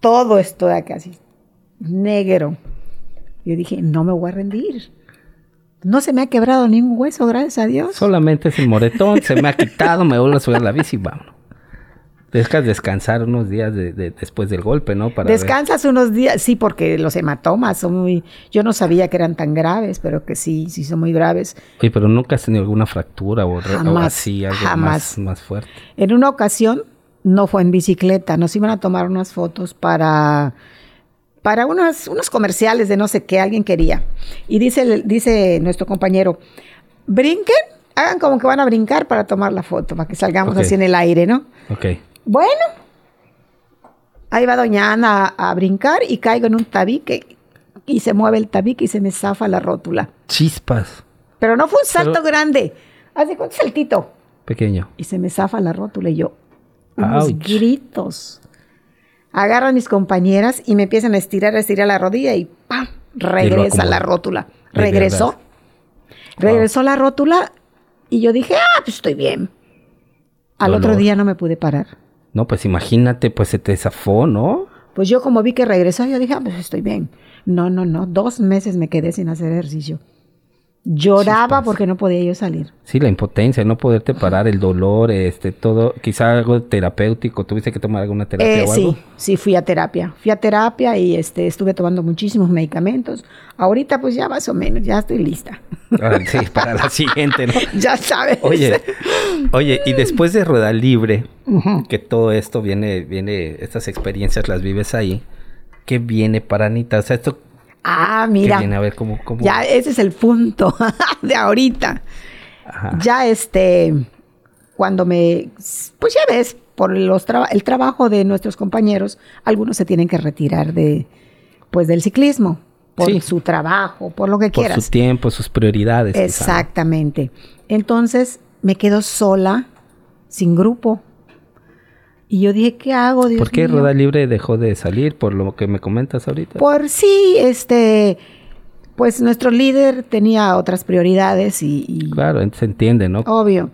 Speaker 4: Todo esto de acá así, negro. Yo dije, no me voy a rendir. No se me ha quebrado ningún hueso, gracias a Dios.
Speaker 3: Solamente es el moretón, se me ha quitado, me vuelvo a subir a la bici y vámonos. Dejas descansar unos días de- de- después del golpe, ¿no? Para ver.
Speaker 4: Descansas unos días, sí, porque los hematomas son muy... Yo no sabía que eran tan graves, pero que sí, sí son muy graves.
Speaker 3: Oye, pero nunca has tenido alguna fractura o, re- o
Speaker 4: Jamás,
Speaker 3: así, algo
Speaker 4: jamás.
Speaker 3: Más, más fuerte.
Speaker 4: En una ocasión, no fue en bicicleta, nos iban a tomar unas fotos para, para unas- unos comerciales de no sé qué alguien quería. Y dice, el- dice nuestro compañero, brinquen, hagan como que van a brincar para tomar la foto, para que salgamos
Speaker 3: Ok.
Speaker 4: así en el aire, ¿no?
Speaker 3: Ok.
Speaker 4: Bueno, ahí va Doña Ana a, a brincar y caigo en un tabique y se mueve el tabique y se me zafa la rótula.
Speaker 3: Chispas,
Speaker 4: Pero no fue un salto
Speaker 3: Pero-
Speaker 4: grande, hace un saltito
Speaker 3: pequeño.
Speaker 4: y se me zafa la rótula y yo unos
Speaker 3: Ouch.
Speaker 4: gritos. Agarran mis compañeras y me empiezan a estirar, a estirar la rodilla y ¡pam! regresa
Speaker 3: acomodan.
Speaker 4: la rótula.
Speaker 3: De
Speaker 4: Regresó.
Speaker 3: verdad.
Speaker 4: Regresó la rótula y yo dije, ah, pues estoy bien. Al otro
Speaker 3: Dolor.
Speaker 4: día no me pude parar.
Speaker 3: No, pues imagínate, pues se te zafó, ¿no?
Speaker 4: Pues yo como vi que regresó, yo dije, ah, pues estoy bien. No, no, no, dos meses me quedé sin hacer ejercicio. Lloraba
Speaker 3: Chispas.
Speaker 4: porque no podía yo salir.
Speaker 3: Sí, la impotencia, no poderte parar, el dolor, este, todo, quizá algo terapéutico, tuviste que tomar alguna terapia
Speaker 4: Eh,
Speaker 3: o algo.
Speaker 4: sí, sí, fui a terapia. Fui a terapia y este, estuve tomando muchísimos medicamentos. Ahorita pues ya más o menos, ya estoy lista.
Speaker 3: Ah, sí, para la siguiente, ¿no?
Speaker 4: ya sabes.
Speaker 3: Oye, oye, y después de Rueda Libre,
Speaker 4: Ujú.
Speaker 3: que todo esto viene, viene, estas experiencias las vives ahí, ¿qué viene para Anita? O sea, esto
Speaker 4: Ah,
Speaker 3: que
Speaker 4: mira.
Speaker 3: viene a ver cómo, cómo.
Speaker 4: Ya ese es el punto de ahorita.
Speaker 3: Ajá.
Speaker 4: Ya este, cuando me, pues ya ves, por los traba- el trabajo de nuestros compañeros, algunos se tienen que retirar de, pues del ciclismo, por
Speaker 3: Sí.
Speaker 4: su trabajo, por lo que
Speaker 3: por
Speaker 4: quieras.
Speaker 3: su tiempo, sus prioridades. quizá, ¿no?
Speaker 4: Exactamente. Entonces me quedo sola, sin grupo. Y yo dije, ¿qué hago? Dios
Speaker 3: ¿Por qué
Speaker 4: mío?
Speaker 3: Rueda Libre dejó de salir por lo que me comentas ahorita?
Speaker 4: Por sí, este, pues nuestro líder tenía otras prioridades y, y-
Speaker 3: Claro, se entiende, ¿no?
Speaker 4: obvio.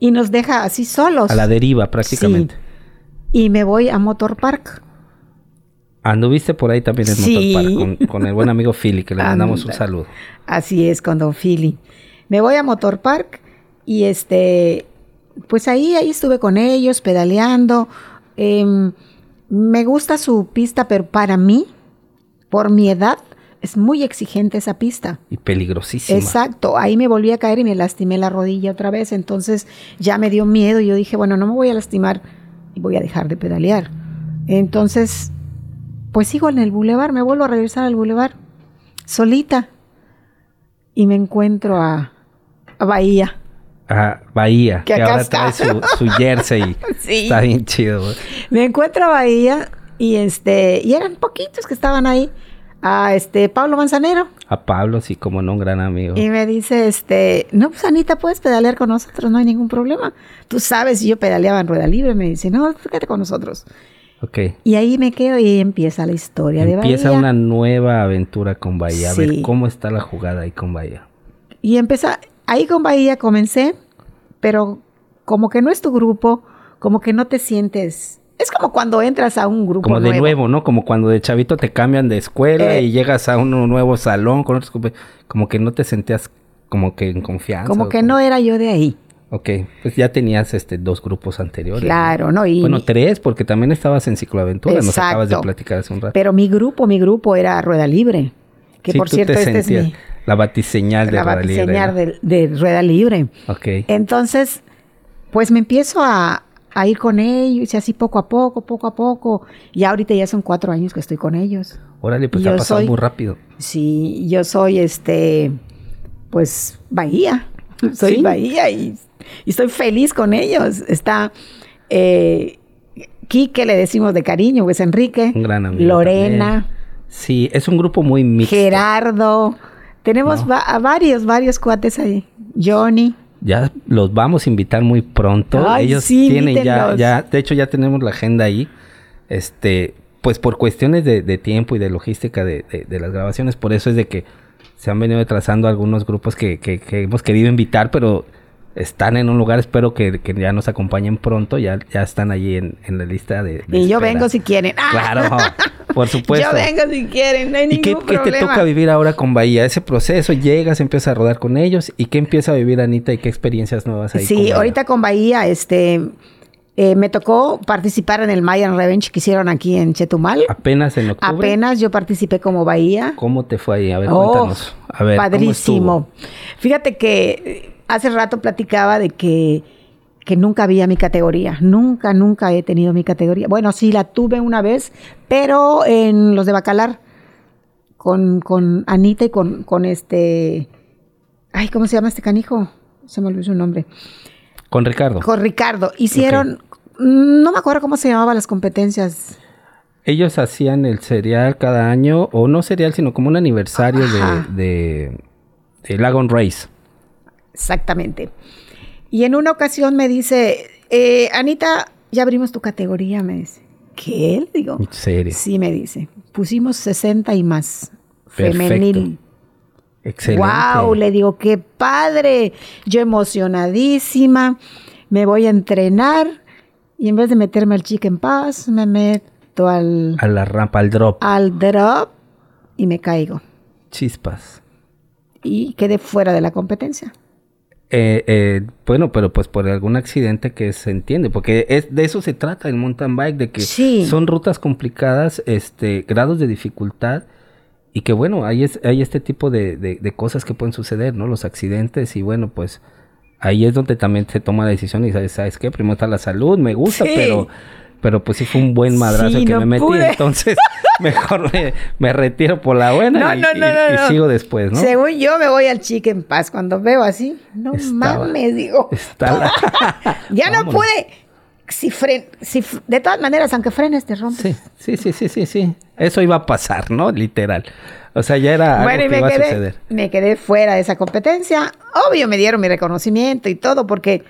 Speaker 4: Y nos deja así solos.
Speaker 3: A la deriva prácticamente.
Speaker 4: Sí. Y me voy a Motor Park.
Speaker 3: Anduviste por ahí también en
Speaker 4: Sí.
Speaker 3: Motorpark con, con el buen amigo Philly, que le mandamos un
Speaker 4: Anda.
Speaker 3: saludo.
Speaker 4: Así es, con Don Philly. Me voy a Motor Park y este, pues ahí, ahí estuve con ellos pedaleando. Em, me gusta su pista, pero para mí, por mi edad, es muy exigente esa pista.
Speaker 3: Y peligrosísima.
Speaker 4: Exacto, ahí me volví a caer y me lastimé la rodilla otra vez, entonces ya me dio miedo y yo dije, bueno, no me voy a lastimar y voy a dejar de pedalear. Entonces, pues sigo en el bulevar, me vuelvo a regresar al bulevar solita y me encuentro a, a Bahía.
Speaker 3: Ajá, Bahía,
Speaker 4: Que
Speaker 3: que,
Speaker 4: acá
Speaker 3: ahora trae
Speaker 4: está.
Speaker 3: su, su jersey.
Speaker 4: Sí.
Speaker 3: Está bien chido. güey.
Speaker 4: Me encuentro a Bahía y este y eran poquitos que estaban ahí. A este Pablo Manzanero
Speaker 3: A Pablo, sí, como no, un gran amigo.
Speaker 4: Y me dice, este, no, pues Anita, puedes pedalear con nosotros, no hay ningún problema. Tú sabes, y yo pedaleaba en rueda libre, me dice, no, fíjate con nosotros.
Speaker 3: Ok.
Speaker 4: Y ahí me quedo y ahí empieza la historia de
Speaker 3: Empieza
Speaker 4: Bahía.
Speaker 3: una nueva aventura con Bahía. A
Speaker 4: Sí.
Speaker 3: ver cómo está la jugada ahí con Bahía.
Speaker 4: Y empieza, ahí con Bahía comencé, pero como que no es tu grupo, como que no te sientes, es como cuando entras a un grupo
Speaker 3: Como de
Speaker 4: nuevo.
Speaker 3: nuevo, ¿no? Como cuando de chavito te cambian de escuela
Speaker 4: Eh.
Speaker 3: y llegas a un nuevo salón con otros compa- Como que no te sentías como que en confianza. o
Speaker 4: Como que no era yo de ahí.
Speaker 3: Ok, pues ya tenías este dos grupos anteriores. ¿no?
Speaker 4: Claro, ¿no? Y
Speaker 3: Bueno, tres, porque también estabas en Cicloaventura, nos acabas de
Speaker 4: Exacto.
Speaker 3: platicar hace un rato.
Speaker 4: pero mi grupo, mi grupo era rueda libre. Que
Speaker 3: Sí,
Speaker 4: por
Speaker 3: tú
Speaker 4: cierto,
Speaker 3: te
Speaker 4: este es
Speaker 3: sentías
Speaker 4: mi,
Speaker 3: La batiseñal de
Speaker 4: la
Speaker 3: Rueda Libre,
Speaker 4: batiseñar
Speaker 3: ¿no?
Speaker 4: de, Eh, de rueda libre.
Speaker 3: Ok.
Speaker 4: Entonces, pues me empiezo a, a ir con ellos y así poco a poco, poco a poco. Y ahorita ya son cuatro años que estoy con ellos.
Speaker 3: Órale, pues
Speaker 4: yo
Speaker 3: ha pasado
Speaker 4: soy-
Speaker 3: muy rápido.
Speaker 4: Sí, yo soy este, pues Bahía. Soy
Speaker 3: Sí.
Speaker 4: Bahía y, y estoy feliz con ellos. Está eh, Quique, le decimos de cariño, pues Enrique,
Speaker 3: Un gran amigo.
Speaker 4: Lorena,
Speaker 3: también. Sí, es un grupo muy mixto.
Speaker 4: Gerardo. Tenemos
Speaker 3: No.
Speaker 4: va- a varios, varios cuates ahí. Johnny.
Speaker 3: Ya los vamos a invitar muy pronto.
Speaker 4: Ay,
Speaker 3: Ellos
Speaker 4: sí,
Speaker 3: tienen ya,
Speaker 4: invítenlos.
Speaker 3: ya, de hecho ya tenemos la agenda ahí. Este, pues por cuestiones de, de tiempo y de logística de, de- de las grabaciones, por eso es de que se han venido trazando algunos grupos que, que- que hemos querido invitar, pero están en un lugar, espero que, que ya nos acompañen pronto, ya, ya están allí en, en la lista de... de
Speaker 4: Y yo
Speaker 3: espera.
Speaker 4: vengo si quieren. ¡Ah!
Speaker 3: Claro, Por supuesto.
Speaker 4: Yo vengo si quieren, no hay
Speaker 3: Pues ¿Y qué,
Speaker 4: ningún
Speaker 3: qué
Speaker 4: problema.
Speaker 3: te toca vivir ahora con Bahía? Ese proceso, llegas, empiezas a rodar con ellos. ¿Y qué empieza a vivir Anita y qué experiencias nuevas hay?
Speaker 4: Sí,
Speaker 3: con Bahía?
Speaker 4: ahorita con Bahía, este, eh, me tocó participar en el Mayan Revenge que hicieron aquí en Chetumal.
Speaker 3: Apenas en Ah, octubre.
Speaker 4: Apenas yo participé como Bahía.
Speaker 3: ¿Cómo te fue ahí? A ver,
Speaker 4: Oh,
Speaker 3: cuéntanos. A ver, ¿cómo
Speaker 4: padrísimo.
Speaker 3: estuvo?
Speaker 4: Fíjate que eh, hace rato platicaba de que, que nunca había mi categoría. Nunca, nunca he tenido mi categoría. Bueno, sí, la tuve una vez, pero en los de Bacalar, con, con Anita y con, con este. Ay, ¿cómo se llama este canijo? Se me olvidó su nombre.
Speaker 3: Con Ricardo.
Speaker 4: Con Ricardo. Hicieron. No me acuerdo cómo se llamaban las competencias.
Speaker 3: Ellos hacían el serial cada año, o no serial, sino como un aniversario
Speaker 4: Ajá.
Speaker 3: de, de, de Lagon Race.
Speaker 4: Exactamente. Y en una ocasión me dice, eh, Anita, ya abrimos tu categoría, me dice. ¿Qué? Le digo.
Speaker 3: En serio.
Speaker 4: Sí, me dice. Pusimos 60 y más.
Speaker 3: Perfecto.
Speaker 4: Femenil.
Speaker 3: Excelente.
Speaker 4: ¡Wow! Le digo, qué padre. Yo emocionadísima. Me voy a entrenar. Y en vez de meterme al chicken pass, me meto al,
Speaker 3: A la rampa, al drop.
Speaker 4: al drop y me caigo.
Speaker 3: Chispas.
Speaker 4: Y quedé fuera de la competencia.
Speaker 3: Eh, eh, bueno, pero pues por algún accidente que se entiende, porque es de eso se trata el mountain bike, de que
Speaker 4: Sí.
Speaker 3: son rutas complicadas, este, grados de dificultad, y que bueno, hay, es- hay este tipo de, de- de cosas que pueden suceder, ¿no? Los accidentes, y bueno, pues ahí es donde también se toma la decisión y sabes, ¿sabes qué? Primero está la salud, me gusta,
Speaker 4: Sí.
Speaker 3: pero, pero pues sí fue un buen madrazo
Speaker 4: Sí,
Speaker 3: que
Speaker 4: no
Speaker 3: me metí,
Speaker 4: pude.
Speaker 3: entonces mejor me, me retiro por la buena
Speaker 4: No,
Speaker 3: y,
Speaker 4: no, no,
Speaker 3: y-
Speaker 4: no,
Speaker 3: y
Speaker 4: no.
Speaker 3: sigo después, ¿no?
Speaker 4: Según yo me voy al chicken pass cuando veo así. No
Speaker 3: Estaba-
Speaker 4: mames, digo.
Speaker 3: Está la-
Speaker 4: Ya no
Speaker 3: Vámonos.
Speaker 4: pude. Si fren, si fr- de todas maneras, aunque frenes, te rompes.
Speaker 3: Sí, sí, sí, sí, sí, sí. Eso iba a pasar, ¿no? Literal. O sea, ya era
Speaker 4: Bueno,
Speaker 3: algo
Speaker 4: y
Speaker 3: que
Speaker 4: me
Speaker 3: iba a
Speaker 4: quedé,
Speaker 3: suceder.
Speaker 4: me quedé fuera de esa competencia. Obvio, me dieron mi reconocimiento y todo porque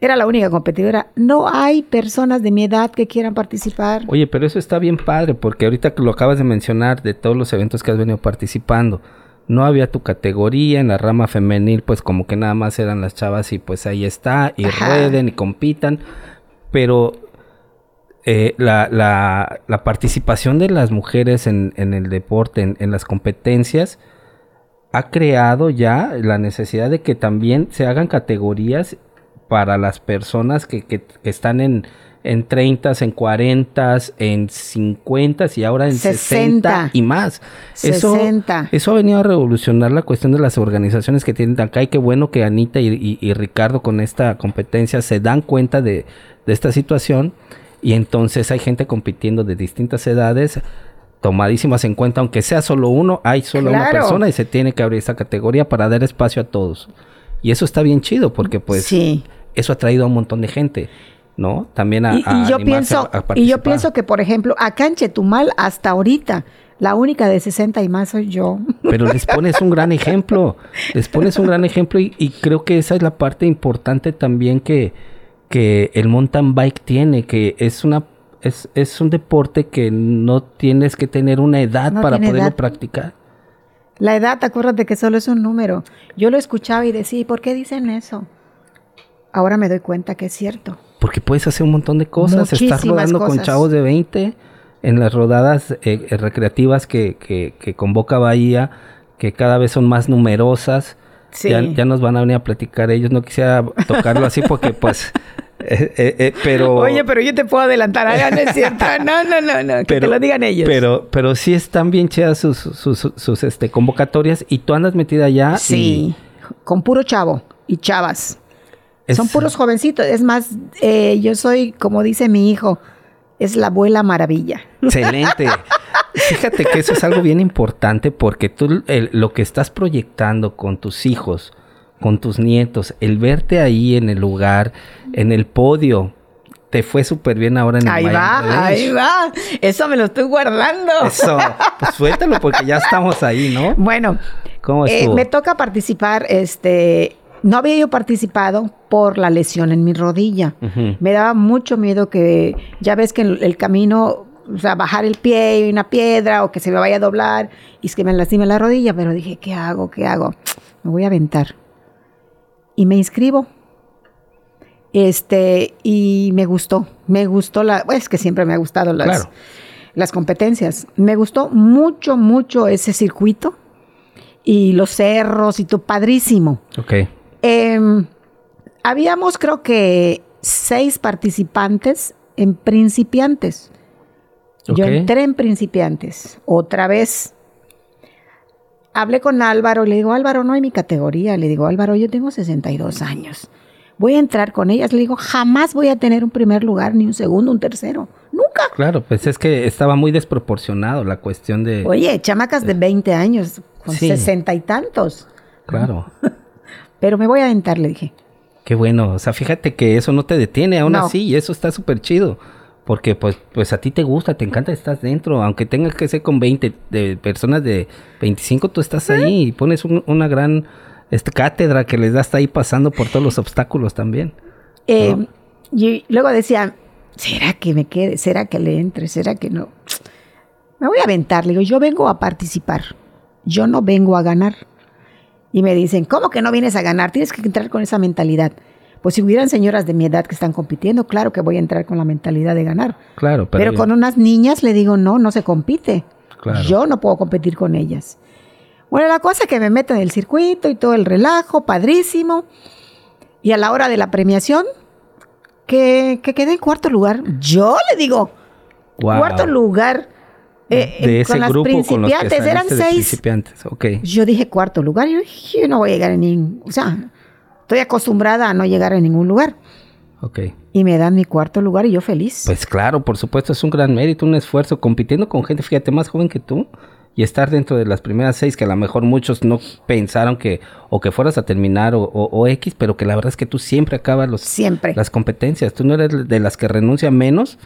Speaker 4: era la única competidora. No hay personas de mi edad que quieran participar.
Speaker 3: Oye, pero eso está bien padre, porque ahorita que lo acabas de mencionar de todos los eventos que has venido participando, no había tu categoría en la rama femenil, pues como que nada más eran las chavas y pues ahí está, y
Speaker 4: Ajá.
Speaker 3: rueden y compitan, pero eh, la, la- la participación de las mujeres en, en el deporte, en, en las competencias, ha creado ya la necesidad de que también se hagan categorías para las personas que, que- que están en, en 30, en 40, en 50 y ahora en 60,
Speaker 4: 60.
Speaker 3: y más. Eso,
Speaker 4: 60.
Speaker 3: eso ha venido a revolucionar la cuestión de las organizaciones que tienen acá y qué bueno que Anita y, y- y Ricardo con esta competencia se dan cuenta de, de esta situación y entonces hay gente compitiendo de distintas edades tomadísimas en cuenta, aunque sea solo uno, hay solo una
Speaker 4: Claro.
Speaker 3: persona y se tiene que abrir esta categoría para dar espacio a todos. Y eso está bien chido porque pues
Speaker 4: sí.
Speaker 3: eso ha traído a un montón de gente, ¿no? También a,
Speaker 4: Y, y
Speaker 3: a
Speaker 4: yo
Speaker 3: animarse
Speaker 4: pienso,
Speaker 3: a- a
Speaker 4: y yo
Speaker 3: participar.
Speaker 4: pienso que, por ejemplo, acá en Chetumal, hasta ahorita, la única de 60 y más soy yo.
Speaker 3: Pero les pones un gran ejemplo. Les pones un gran ejemplo y, y creo que esa es la parte importante también que, que el mountain bike tiene, que es una es, es un deporte que no tienes que tener una edad
Speaker 4: No
Speaker 3: para
Speaker 4: tiene
Speaker 3: poderlo
Speaker 4: edad.
Speaker 3: practicar.
Speaker 4: La edad, acuérdate que solo es un número. Yo lo escuchaba y decía, "¿Y ¿por qué dicen eso? Ahora me doy cuenta que es cierto.
Speaker 3: Porque puedes hacer un montón de cosas. Estás
Speaker 4: Muchísimas
Speaker 3: rodando con
Speaker 4: cosas.
Speaker 3: chavos de 20 en las rodadas eh, eh, recreativas que, que- que convoca Bahía, que cada vez son más numerosas.
Speaker 4: Sí.
Speaker 3: Ya, ya nos van a venir a platicar ellos. No quisiera tocarlo así porque, pues. eh, eh, eh, pero.
Speaker 4: Oye, pero yo te puedo adelantar, ah, no es cierto. No, no, no, no, que te lo digan ellos.
Speaker 3: Pero, pero sí están bien chidas sus, sus, sus, sus, este, convocatorias y tú andas metida allá.
Speaker 4: sí, con puro chavo y chavas.
Speaker 3: y es-
Speaker 4: Son puros jovencitos. Es más, eh, yo soy, como dice mi hijo, es la abuela maravilla.
Speaker 3: Excelente. Fíjate que eso es algo bien importante porque tú el- lo que estás proyectando con tus hijos, con tus nietos, el verte ahí en el lugar, en el podio, te fue súper bien ahora en el
Speaker 4: Ahí
Speaker 3: Miami
Speaker 4: va,
Speaker 3: Revenge.
Speaker 4: ahí va. Eso me lo estoy guardando.
Speaker 3: Eso, pues suéltalo porque ya estamos ahí, ¿no?
Speaker 4: Bueno,
Speaker 3: ¿Cómo
Speaker 4: Eh,
Speaker 3: estuvo?
Speaker 4: me toca participar, este, no había yo participado por la lesión en mi rodilla.
Speaker 3: Ujú.
Speaker 4: Me daba mucho miedo que, ya ves que el, el camino, o sea, bajar el pie y una piedra o que se me vaya a doblar y es que me lastime la rodilla, pero dije, ¿qué hago? ¿Qué hago? Me voy a aventar. Y me inscribo. Este, y me gustó, me gustó la, es que siempre me ha gustado las,
Speaker 3: Claro.
Speaker 4: las competencias. Me gustó mucho, mucho ese circuito y los cerros y todo, padrísimo.
Speaker 3: Ok.
Speaker 4: Em, habíamos creo que seis participantes en principiantes. Yo
Speaker 3: Ok.
Speaker 4: entré en principiantes, otra vez. Hablé con Álvaro, le digo, Álvaro, no hay mi categoría. Le digo, Álvaro, yo tengo 62 años. Voy a entrar con ellas. Le digo, jamás voy a tener un primer lugar, ni un segundo, un tercero. Nunca.
Speaker 3: Claro, pues es que estaba muy desproporcionado la cuestión de...
Speaker 4: Oye, chamacas de 20 años, con
Speaker 3: Sí.
Speaker 4: 60 y tantos.
Speaker 3: Claro.
Speaker 4: Pero me voy a aventar, le dije.
Speaker 3: Qué bueno, o sea, fíjate que eso no te detiene aún
Speaker 4: No.
Speaker 3: así y eso está súper chido. Porque pues, pues a ti te gusta, te encanta, estás dentro, aunque tengas que ser con 20 de personas de 25, tú estás ahí y pones un- una gran este, cátedra que les das ahí pasando por todos los obstáculos también.
Speaker 4: Eh,
Speaker 3: ¿No?
Speaker 4: Y luego decía, ¿será que me quede? ¿Será que le entre? ¿Será que no? Me voy a aventar. Le digo, yo vengo a participar. Yo no vengo a ganar. Y me dicen, ¿cómo que no vienes a ganar? Tienes que entrar con esa mentalidad. Pues si hubieran señoras de mi edad que están compitiendo, claro que voy a entrar con la mentalidad de ganar.
Speaker 3: Claro, pero,
Speaker 4: Pero, con unas niñas le digo, no, no se compite.
Speaker 3: Claro.
Speaker 4: Yo no puedo competir con ellas. Bueno, la cosa es que me meto en el circuito y todo el relajo, padrísimo. Y a la hora de la premiación, que, que quedé en cuarto lugar. Yo le digo,
Speaker 3: Wow.
Speaker 4: cuarto lugar. eh, eh,
Speaker 3: de ese
Speaker 4: con las
Speaker 3: grupo con los que
Speaker 4: principiantes, eran
Speaker 3: saliste de
Speaker 4: seis.
Speaker 3: principiantes, ok.
Speaker 4: Yo dije cuarto lugar. Yo dije, yo no voy a llegar en ningún. O sea, estoy acostumbrada a no llegar en ningún lugar.
Speaker 3: Ok.
Speaker 4: Y me dan mi cuarto lugar y yo feliz.
Speaker 3: Pues claro, por supuesto, es un gran mérito, un esfuerzo, compitiendo con gente, fíjate, más joven que tú, y estar dentro de las primeras seis, que a lo mejor muchos no pensaron que, o que fueras a terminar, o, o- o X, pero que la verdad es que tú siempre acabas los,
Speaker 4: Siempre.
Speaker 3: las competencias, tú no eres de las que renuncia menos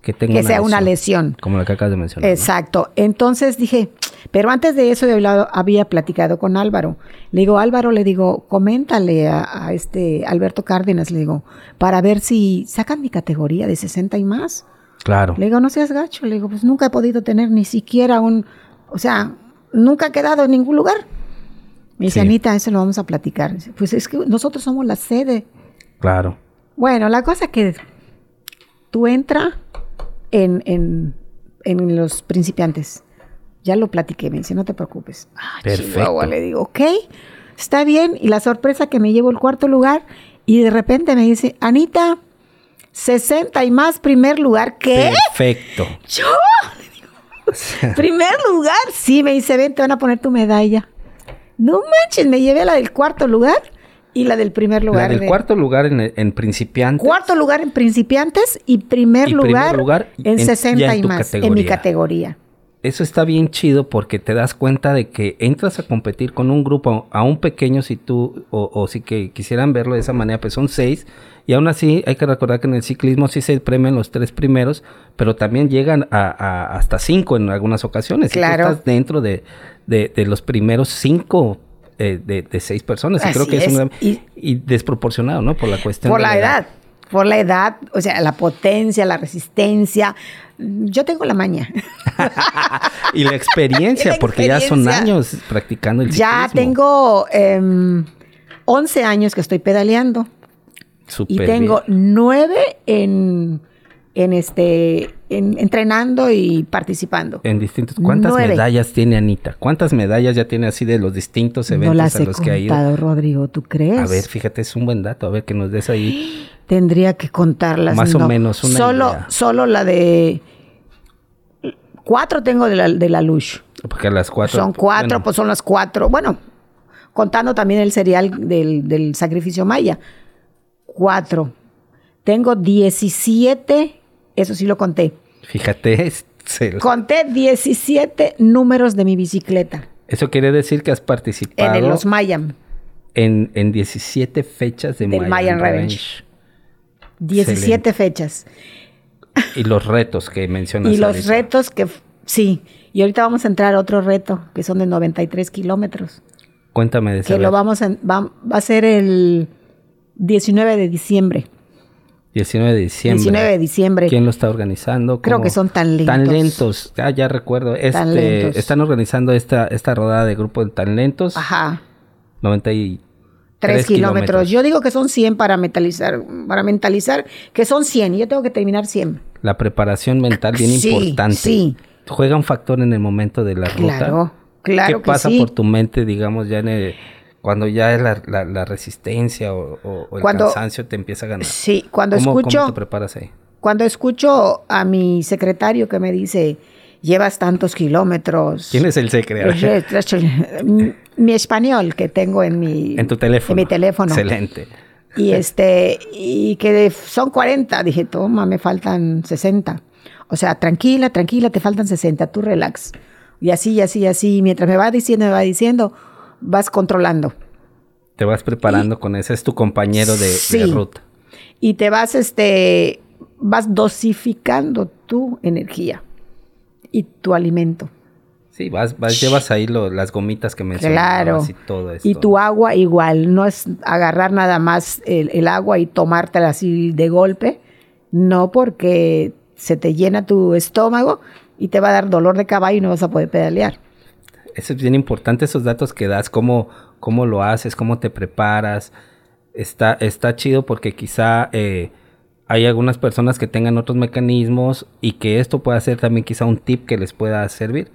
Speaker 3: que tenga
Speaker 4: que sea una lesión.
Speaker 3: Como la que acabas de mencionar. ¿no?
Speaker 4: Exacto. Entonces dije, pero antes de eso yo hablado- había platicado con Álvaro. Le digo, Álvaro, le digo, coméntale a, a este Alberto Cárdenas, le digo, para ver si sacan mi categoría de 60 y más.
Speaker 3: Claro,
Speaker 4: Le digo, no seas gacho. Le digo, pues nunca he podido tener ni siquiera un, o sea, nunca he quedado en ningún lugar. Me dice,
Speaker 3: Sí.
Speaker 4: Anita, eso lo vamos a platicar. Dice, Pues es que nosotros somos la sede.
Speaker 3: claro.
Speaker 4: Bueno, la cosa que tú entra en, en- en los principiantes. Ya lo platiqué, me dice, no te preocupes. Ah,
Speaker 3: Perfecto.
Speaker 4: chihuahua, le digo, ok, está bien. Y la sorpresa que me llevo el cuarto lugar y de repente me dice, Anita, 60 y más primer lugar. ¿Qué?
Speaker 3: Perfecto.
Speaker 4: ¿Yo? primer lugar. Sí, me dice, ven, te van a poner tu medalla. No manches, me llevé la del cuarto lugar y la del primer lugar.
Speaker 3: La del
Speaker 4: de-
Speaker 3: cuarto lugar en, en principiante.
Speaker 4: Cuarto lugar en principiantes y primer
Speaker 3: Y primer
Speaker 4: lugar,
Speaker 3: lugar en-
Speaker 4: en 60
Speaker 3: ya en
Speaker 4: y
Speaker 3: tu
Speaker 4: más, en mi
Speaker 3: categoría.
Speaker 4: categoría.
Speaker 3: Eso está bien chido porque te das cuenta de que entras a competir con un grupo, aún pequeño si tú, o, o si que quisieran verlo de esa manera, pues son seis. Y aún así hay que recordar que en el ciclismo sí se premian los tres primeros, pero también llegan a, a- hasta cinco en algunas ocasiones. Y tú
Speaker 4: Claro.
Speaker 3: estás dentro de, de- de los primeros cinco eh, de, de seis personas. Y creo
Speaker 4: Así
Speaker 3: que es,
Speaker 4: es.
Speaker 3: un gran-
Speaker 4: Y-
Speaker 3: y, desproporcionado, ¿no? Por la cuestión
Speaker 4: Por
Speaker 3: de
Speaker 4: la edad, por la edad, o sea, la potencia, la resistencia. Yo tengo la maña.
Speaker 3: Y la experiencia,
Speaker 4: Y la
Speaker 3: porque ya son
Speaker 4: experiencia.
Speaker 3: años practicando el ciclismo.
Speaker 4: ya tengo em, 11 años que estoy pedaleando y
Speaker 3: Súper
Speaker 4: tengo
Speaker 3: Pues bien.
Speaker 4: 9 en, en este, en- entrenando y participando.
Speaker 3: En distintos. ¿Cuántas
Speaker 4: Nueve.
Speaker 3: medallas tiene Anita? ¿Cuántas medallas ya tiene así de los distintos
Speaker 4: no
Speaker 3: eventos
Speaker 4: las
Speaker 3: a
Speaker 4: he
Speaker 3: los que ha ido?
Speaker 4: contado, Rodrigo, ¿tú crees?
Speaker 3: A ver, fíjate, es un buen dato. A ver, que nos des ahí.
Speaker 4: Tendría que contarlas.
Speaker 3: Más o
Speaker 4: no.
Speaker 3: menos, una
Speaker 4: solo,
Speaker 3: idea.
Speaker 4: solo la de. Cuatro tengo de la, de la Lush.
Speaker 3: Porque a las cuatro.
Speaker 4: son cuatro,
Speaker 3: bueno,
Speaker 4: pues son las cuatro. Bueno, contando también el cereal del, del sacrificio maya. Cuatro. Tengo 17, eso sí lo conté.
Speaker 3: Fíjate, es- se-
Speaker 4: Conté 17 números de mi bicicleta
Speaker 3: eso quiere decir que has
Speaker 4: en
Speaker 3: participado
Speaker 4: el-
Speaker 3: en,
Speaker 4: los Mayam.
Speaker 3: en, 17 fechas de
Speaker 4: Del
Speaker 3: Mayan,
Speaker 4: Mayan
Speaker 3: Revenge.
Speaker 4: Revenge. 17 fechas.
Speaker 3: Y los retos que mencionas.
Speaker 4: Y los
Speaker 3: ahorita.
Speaker 4: retos que, f- sí, y ahorita vamos a entrar a otro reto, que son de 93 kilómetros,
Speaker 3: Cuéntame de ese.
Speaker 4: que lo
Speaker 3: reto.
Speaker 4: vamos a, va, va a ser el 19 de diciembre.
Speaker 3: 19 de diciembre.
Speaker 4: 19 de diciembre.
Speaker 3: ¿Quién lo está organizando?
Speaker 4: Creo
Speaker 3: ¿Cómo?
Speaker 4: que son tan lentos.
Speaker 3: Tan lentos. Ah, ya recuerdo. Este,
Speaker 4: lentos.
Speaker 3: Están organizando esta, esta rodada de grupo de tan lentos.
Speaker 4: Ajá.
Speaker 3: 93
Speaker 4: Tres,
Speaker 3: Tres
Speaker 4: kilómetros.
Speaker 3: kilómetros.
Speaker 4: Yo digo que son 100 para mentalizar, para mentalizar que son 100 y yo tengo que terminar 100.
Speaker 3: La preparación mental bien
Speaker 4: Sí,
Speaker 3: importante.
Speaker 4: sí.
Speaker 3: Juega un factor en el momento de la ruta.
Speaker 4: Claro, claro
Speaker 3: ¿Qué
Speaker 4: que
Speaker 3: pasa
Speaker 4: sí.
Speaker 3: por tu mente, digamos, ya en el- cuando ya es la, la- la resistencia o, o- o el
Speaker 4: Cuando-
Speaker 3: cansancio te empieza a ganar?
Speaker 4: Sí, cuando
Speaker 3: ¿Cómo, cómo
Speaker 4: escucho,
Speaker 3: te preparas ahí?
Speaker 4: cuando escucho a mi secretario que me dice, llevas tantos kilómetros. Pues, eh,
Speaker 3: ¿Quién es el secreto?
Speaker 4: Mi español que tengo en mi,
Speaker 3: En tu teléfono.
Speaker 4: en mi teléfono.
Speaker 3: Excelente.
Speaker 4: Y este, y que de- son 40, dije, toma, me faltan 60. O sea, tranquila, tranquila, te faltan 60, tú relax. Y así, y así, y así, mientras me va diciendo, me va diciendo, vas controlando.
Speaker 3: Te vas preparando con ese, es tu compañero de, de
Speaker 4: Sí.
Speaker 3: ruta.
Speaker 4: Y te vas, este, vas dosificando tu energía y tu alimento.
Speaker 3: Sí, vas, vas llevas ahí lo- las gomitas que
Speaker 4: Claro.
Speaker 3: mencionabas y todo esto.
Speaker 4: Y tu agua igual, no es agarrar nada más el, el agua y tomártela así de golpe, no porque se te llena tu estómago y te va a dar dolor de caballo y no vas a poder pedalear.
Speaker 3: Eso es bien importante, esos datos que das, cómo, cómo lo haces, cómo te preparas. Está, está chido porque quizá eh, hay algunas personas que tengan otros mecanismos y que esto pueda ser también quizá un tip que les pueda servir.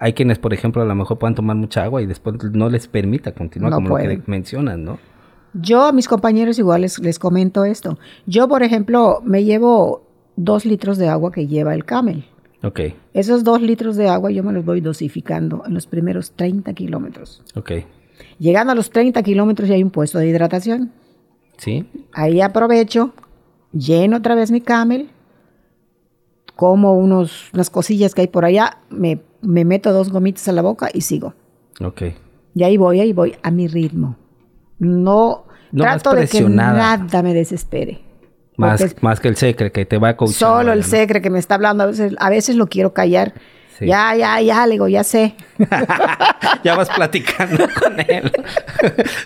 Speaker 3: Hay quienes, por ejemplo, a lo mejor puedan tomar mucha agua y después no les permita continuar,
Speaker 4: No
Speaker 3: como lo
Speaker 4: pueden.
Speaker 3: que mencionas, ¿no?
Speaker 4: Yo a mis compañeros igual les, les comento esto. Yo, por ejemplo, me llevo dos litros de agua que lleva el camel.
Speaker 3: Ok,
Speaker 4: Esos dos litros de agua yo me los voy dosificando en los primeros 30 kilómetros.
Speaker 3: ok.
Speaker 4: Llegando a los 30 kilómetros ya hay un puesto de hidratación.
Speaker 3: ¿Sí?
Speaker 4: Ahí aprovecho, lleno otra vez mi camel, como unos, unas cosillas que hay por allá, me, me meto dos gomitas a la boca y sigo.
Speaker 3: Ok.
Speaker 4: Y ahí voy, ahí voy, a mi ritmo. No,
Speaker 3: No vas
Speaker 4: trato de que
Speaker 3: presionada.
Speaker 4: nada me desespere.
Speaker 3: Más,
Speaker 4: Porque
Speaker 3: más que el secre que te va a coachar.
Speaker 4: Solo el secre que me está hablando, a veces, a veces lo quiero callar.
Speaker 3: Sí.
Speaker 4: Ya, ya, ya, le digo, ya sé.
Speaker 3: ya vas platicando con él.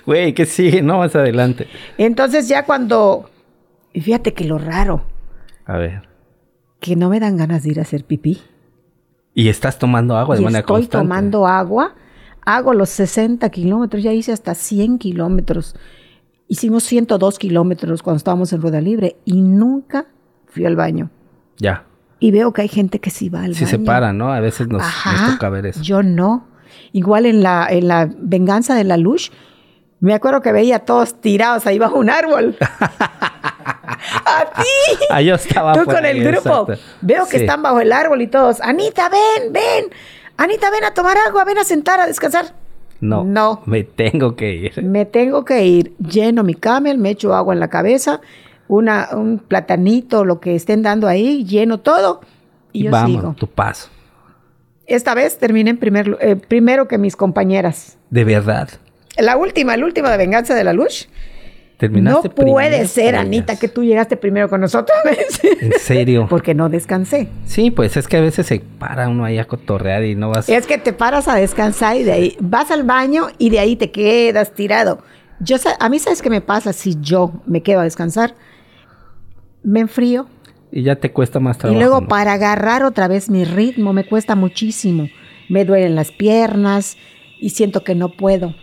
Speaker 3: Güey, ¿qué sigue? No, más adelante.
Speaker 4: Entonces ya cuando, y fíjate que lo raro,
Speaker 3: A ver.
Speaker 4: que no me dan ganas de ir a hacer pipí.
Speaker 3: Y estás tomando agua de
Speaker 4: y
Speaker 3: manera
Speaker 4: estoy
Speaker 3: pues, constante.
Speaker 4: tomando agua. Hago los 60 kilómetros, ya hice hasta 100 kilómetros. Hicimos 102 kilómetros cuando estábamos en Rueda Libre y nunca fui al baño.
Speaker 3: Ya.
Speaker 4: Y veo que hay gente que sí va al
Speaker 3: Si
Speaker 4: baño.
Speaker 3: se para, ¿no? A veces nos, nos
Speaker 4: Ajá,
Speaker 3: toca ver eso.
Speaker 4: Yo no. Igual en la, en la venganza de la luz, me acuerdo que veía a todos tirados ahí bajo un árbol. a ti.
Speaker 3: Ah, yo estaba
Speaker 4: Tú
Speaker 3: por
Speaker 4: con
Speaker 3: ahí,
Speaker 4: el grupo.
Speaker 3: exacto.
Speaker 4: Veo que
Speaker 3: Sí.
Speaker 4: están bajo el árbol y todos. Anita, ven, ven. Anita, ven a tomar agua, ven a sentar, a descansar.
Speaker 3: No.
Speaker 4: No.
Speaker 3: Me tengo que ir.
Speaker 4: Me tengo que ir. Lleno mi camel, me echo agua en la cabeza, una, un platanito, lo que estén dando ahí, lleno todo. Y, yo
Speaker 3: vamos,
Speaker 4: sigo.
Speaker 3: tu paso.
Speaker 4: Esta vez terminé en primer, lu- eh, primero que mis compañeras.
Speaker 3: De verdad.
Speaker 4: La última, la última de venganza de la luz. No
Speaker 3: Terminaste
Speaker 4: puede
Speaker 3: primero
Speaker 4: ser,
Speaker 3: que
Speaker 4: Anita,
Speaker 3: ellas.
Speaker 4: que tú llegaste primero con nosotros.
Speaker 3: En serio.
Speaker 4: Porque no descansé.
Speaker 3: Sí, pues es que a veces se para uno ahí a cotorrear y no vas.
Speaker 4: Es que te paras a descansar y de ahí vas al baño y de ahí te quedas tirado. Yo sa- a mí sabes qué me pasa si yo me quedo a descansar, me enfrío
Speaker 3: Y ya te cuesta más trabajo.
Speaker 4: y luego
Speaker 3: ¿no?
Speaker 4: para agarrar otra vez mi ritmo me cuesta muchísimo. Me duelen las piernas y siento que no puedo.